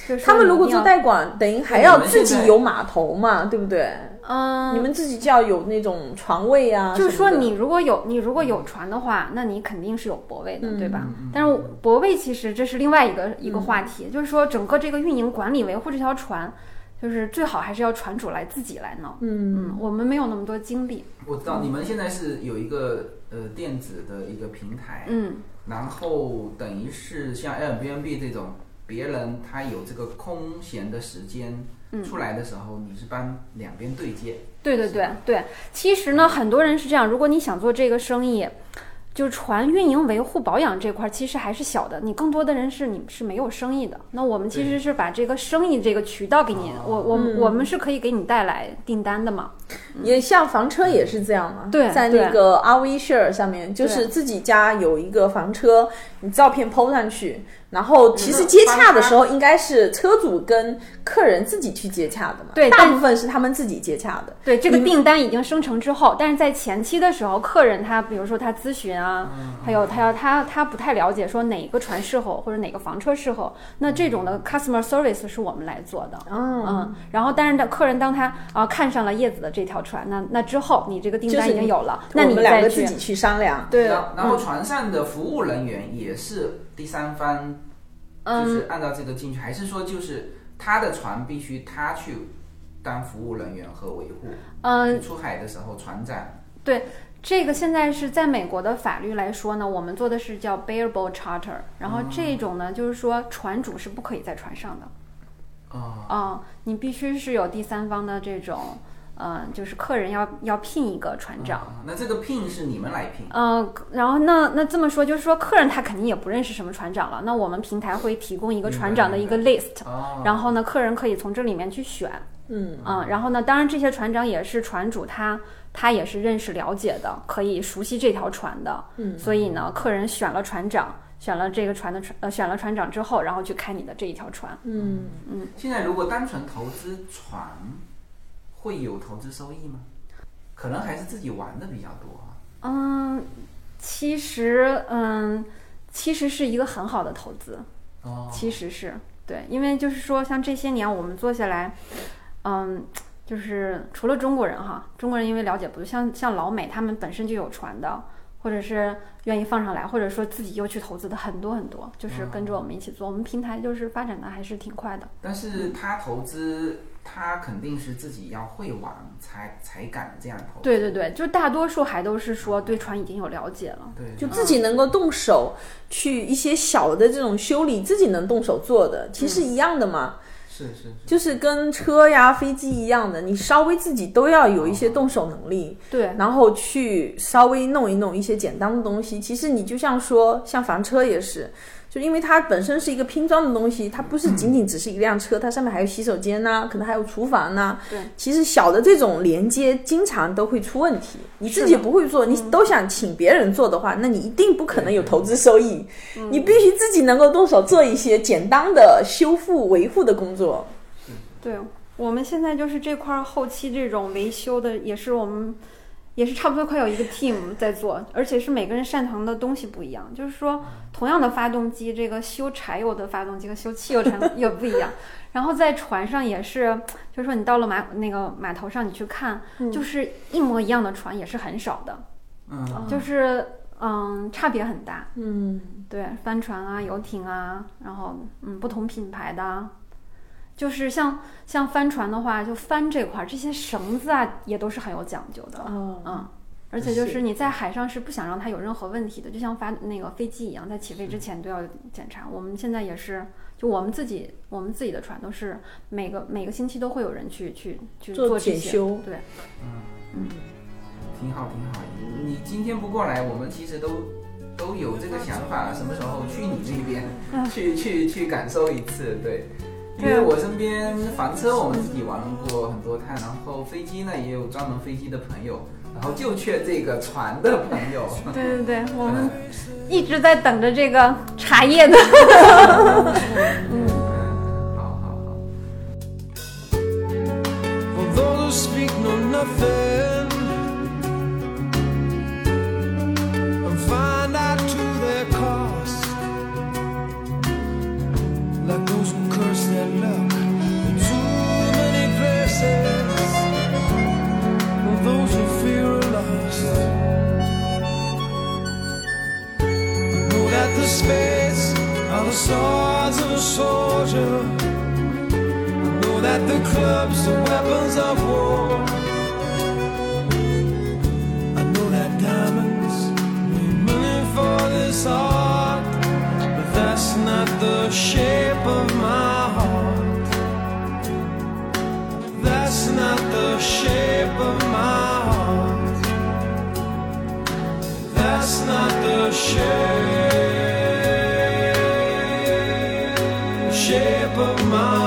S2: 就是说
S3: 他们如果
S2: 你
S3: 做
S2: 要，
S3: 代管，等于还
S1: 你
S3: 要
S1: 们
S3: 自
S1: 现在
S3: 己有码头嘛，对不对？
S2: 嗯，
S3: 你们自己就要有那种床位啊，
S2: 就是说
S3: 什么的
S2: 你如果有你如果有船的话，那你肯定是有泊位的，
S3: 嗯嗯
S2: 对吧？
S1: 嗯嗯
S2: 但是我泊位其实这是另外一个一个话题，就是说整个这个运营管理维护这条船，就是最好还是要船主来自己来弄。
S3: 嗯，
S2: 嗯，我们没有那么多精力。
S1: 我知道你们现在是有一个呃电子的一个平台，
S2: 嗯，
S1: 然后等于是像 Airbnb 这种，别人他有这个空闲的时间
S2: 嗯
S1: 出来的时候，你是帮两边对接，
S2: 对对对对。其实呢，很多人是这样，如果你想做这个生意。就是船运营、维护、保养这块儿其实还是小的，你更多的人是你是没有生意的。那我们其实是把这个生意这个渠道给你，我我、
S3: 嗯
S2: 我们是可以给你带来订单的嘛。
S3: 也像房车也是这样嘛，
S2: 对
S3: 在那个 RV Share 上面，就是自己家有一个房车，你照片 PO 上去，然后其实接洽的时候应该是车主跟客人自己去接洽的嘛，
S2: 对
S3: 大
S2: 但
S3: 部分是他们自己接洽的，
S2: 对，这个订单已经生成之后，但是在前期的时候，客人他比如说他咨询啊，还有他要他他不太了解说哪个船适合或者哪个房车适合，那这种的 customer service 是我们来做的。
S3: 嗯，
S2: 嗯，然后但是呢，客人当他啊看上了叶子的这条船，那那之后你这个订
S3: 就是
S2: 单已经
S3: 你
S2: 有了，那
S3: 我
S2: 你
S3: 们两
S2: 再
S3: 个自
S2: 去
S3: 己去商量，
S2: 对，嗯
S1: 然后然后船上的服务人员也是第三方，就
S2: 嗯
S1: 是按照这个进去，还是说就是他的船必须他去当服务人员和维护？
S2: 嗯，
S1: 出海的时候，船长
S2: 这个现在是在美国的法律来说呢，我们做的是叫 bearable charter，然后这种呢就是说船主是不可以在船上的。
S1: 啊，
S2: 嗯，你必须是有第三方的这种，嗯、就是客人要要聘一个船长。
S1: 啊那这个聘是你们来聘，
S2: 嗯，然后那那这么说，就是说客人他肯定也不认识什么船长了。那我们平台会提供一个
S1: 明白
S2: 船长的一
S1: 明
S2: 个 list，
S1: 哦，
S2: 然后呢，客人可以从这里面去选。
S3: 啊嗯，
S2: 嗯，然后呢，当然这些船长也是船主他他也是认识了解的，可以熟悉这条船的。
S3: 嗯
S2: 所以呢，客人选了船长，选了这个船的船呃选了船长之后，然后去开你的这一条船。
S3: 嗯，
S1: 现在如果单纯投资船，会有投资收益吗？可能还是自己玩的比较多啊。
S2: 嗯，其实嗯，其实是一个很好的投资，
S1: 哦
S2: 其实是对，因为就是说，像这些年我们做下来，嗯，就是除了中国人哈，中国人因为了解不多，像像老美他们本身就有船的。或者是愿意放上来，或者说自己又去投资的很多很多，就是跟着我们一起做。我们平台就是发展的还是挺快的。
S1: 但是他投资，他肯定是自己要会玩才才敢这样投资。
S2: 对对对，就大多数还都是说对船已经有了解了。
S1: 对，
S3: 就自己能够动手去一些小的这种修理，自己能动手做的，其
S2: 嗯
S3: 实一样的嘛，
S1: 是是是，
S3: 就是跟车呀、飞机一样的，你稍微自己都要有一些动手能力，
S2: 对，
S3: 然后去稍微弄一弄一些简单的东西。其实你就像说，像房车也是，就因为它本身是一个拼装的东西，它不是
S2: 嗯
S3: 仅仅只是一辆车，它上面还有洗手间呐、可能还有厨房呐、
S2: 对，
S3: 其实小的这种连接经常都会出问题，你自己
S2: 是的嗯
S3: 不会做，你都想请别人做的话，那你一定不可能有投资收益。
S2: 嗯
S3: 你必须自己能够动手做一些简单的修复维护的工作。
S2: 对，我们现在就是这块儿后期这种维修的，也是我们也是差不多快有一个 team 在做，而且是每个人擅长的东西不一样。就是说，同样的发动机，这个修柴油的发动机和修汽油 产也不一样。然后在船上也是，就是说你到了码那个码头上，你去看，就是一模一样的船也是很少的，哦
S1: 嗯，
S2: 就是嗯差别很大。
S3: 嗯，
S2: 对，帆船啊、游艇啊，然后嗯，不同品牌的啊，就是像像帆船的话，就帆这块儿，这些绳子啊也都是很有讲究的，
S3: 哦，
S2: 嗯。而且就是是你在海上是不想让它有任何问题的，就像发那个飞机一样，在起飞之前都要检查。我们现在也是，就我们自己我们自己的船都是每个每个星期都会有人去去去
S3: 做
S2: 做这
S3: 检
S2: 些
S3: 修
S2: 对，
S1: 嗯挺好挺好。你今天不过来，我们其实都都有这个想法，什么时候去你那边、去去去感受一次？对。因为
S2: 对
S1: 我身边房车我们自己玩过很多趟，然后飞机呢也有专门飞机的朋友，然后就缺这个船的朋友。
S2: 对对对，我们一直在等着这个茶叶的。
S1: 好好好。
S4: Although living and find out to their cost. Like those who curse their luck in too many places, or those who fear a loss. Know that the spades are the swords of a soldier. Know that the clubs are weapons of war. I know that diamonds need money for this art, but that's not the shape of my heart. That's not the shape of my heart. That's not the shape. Shape of my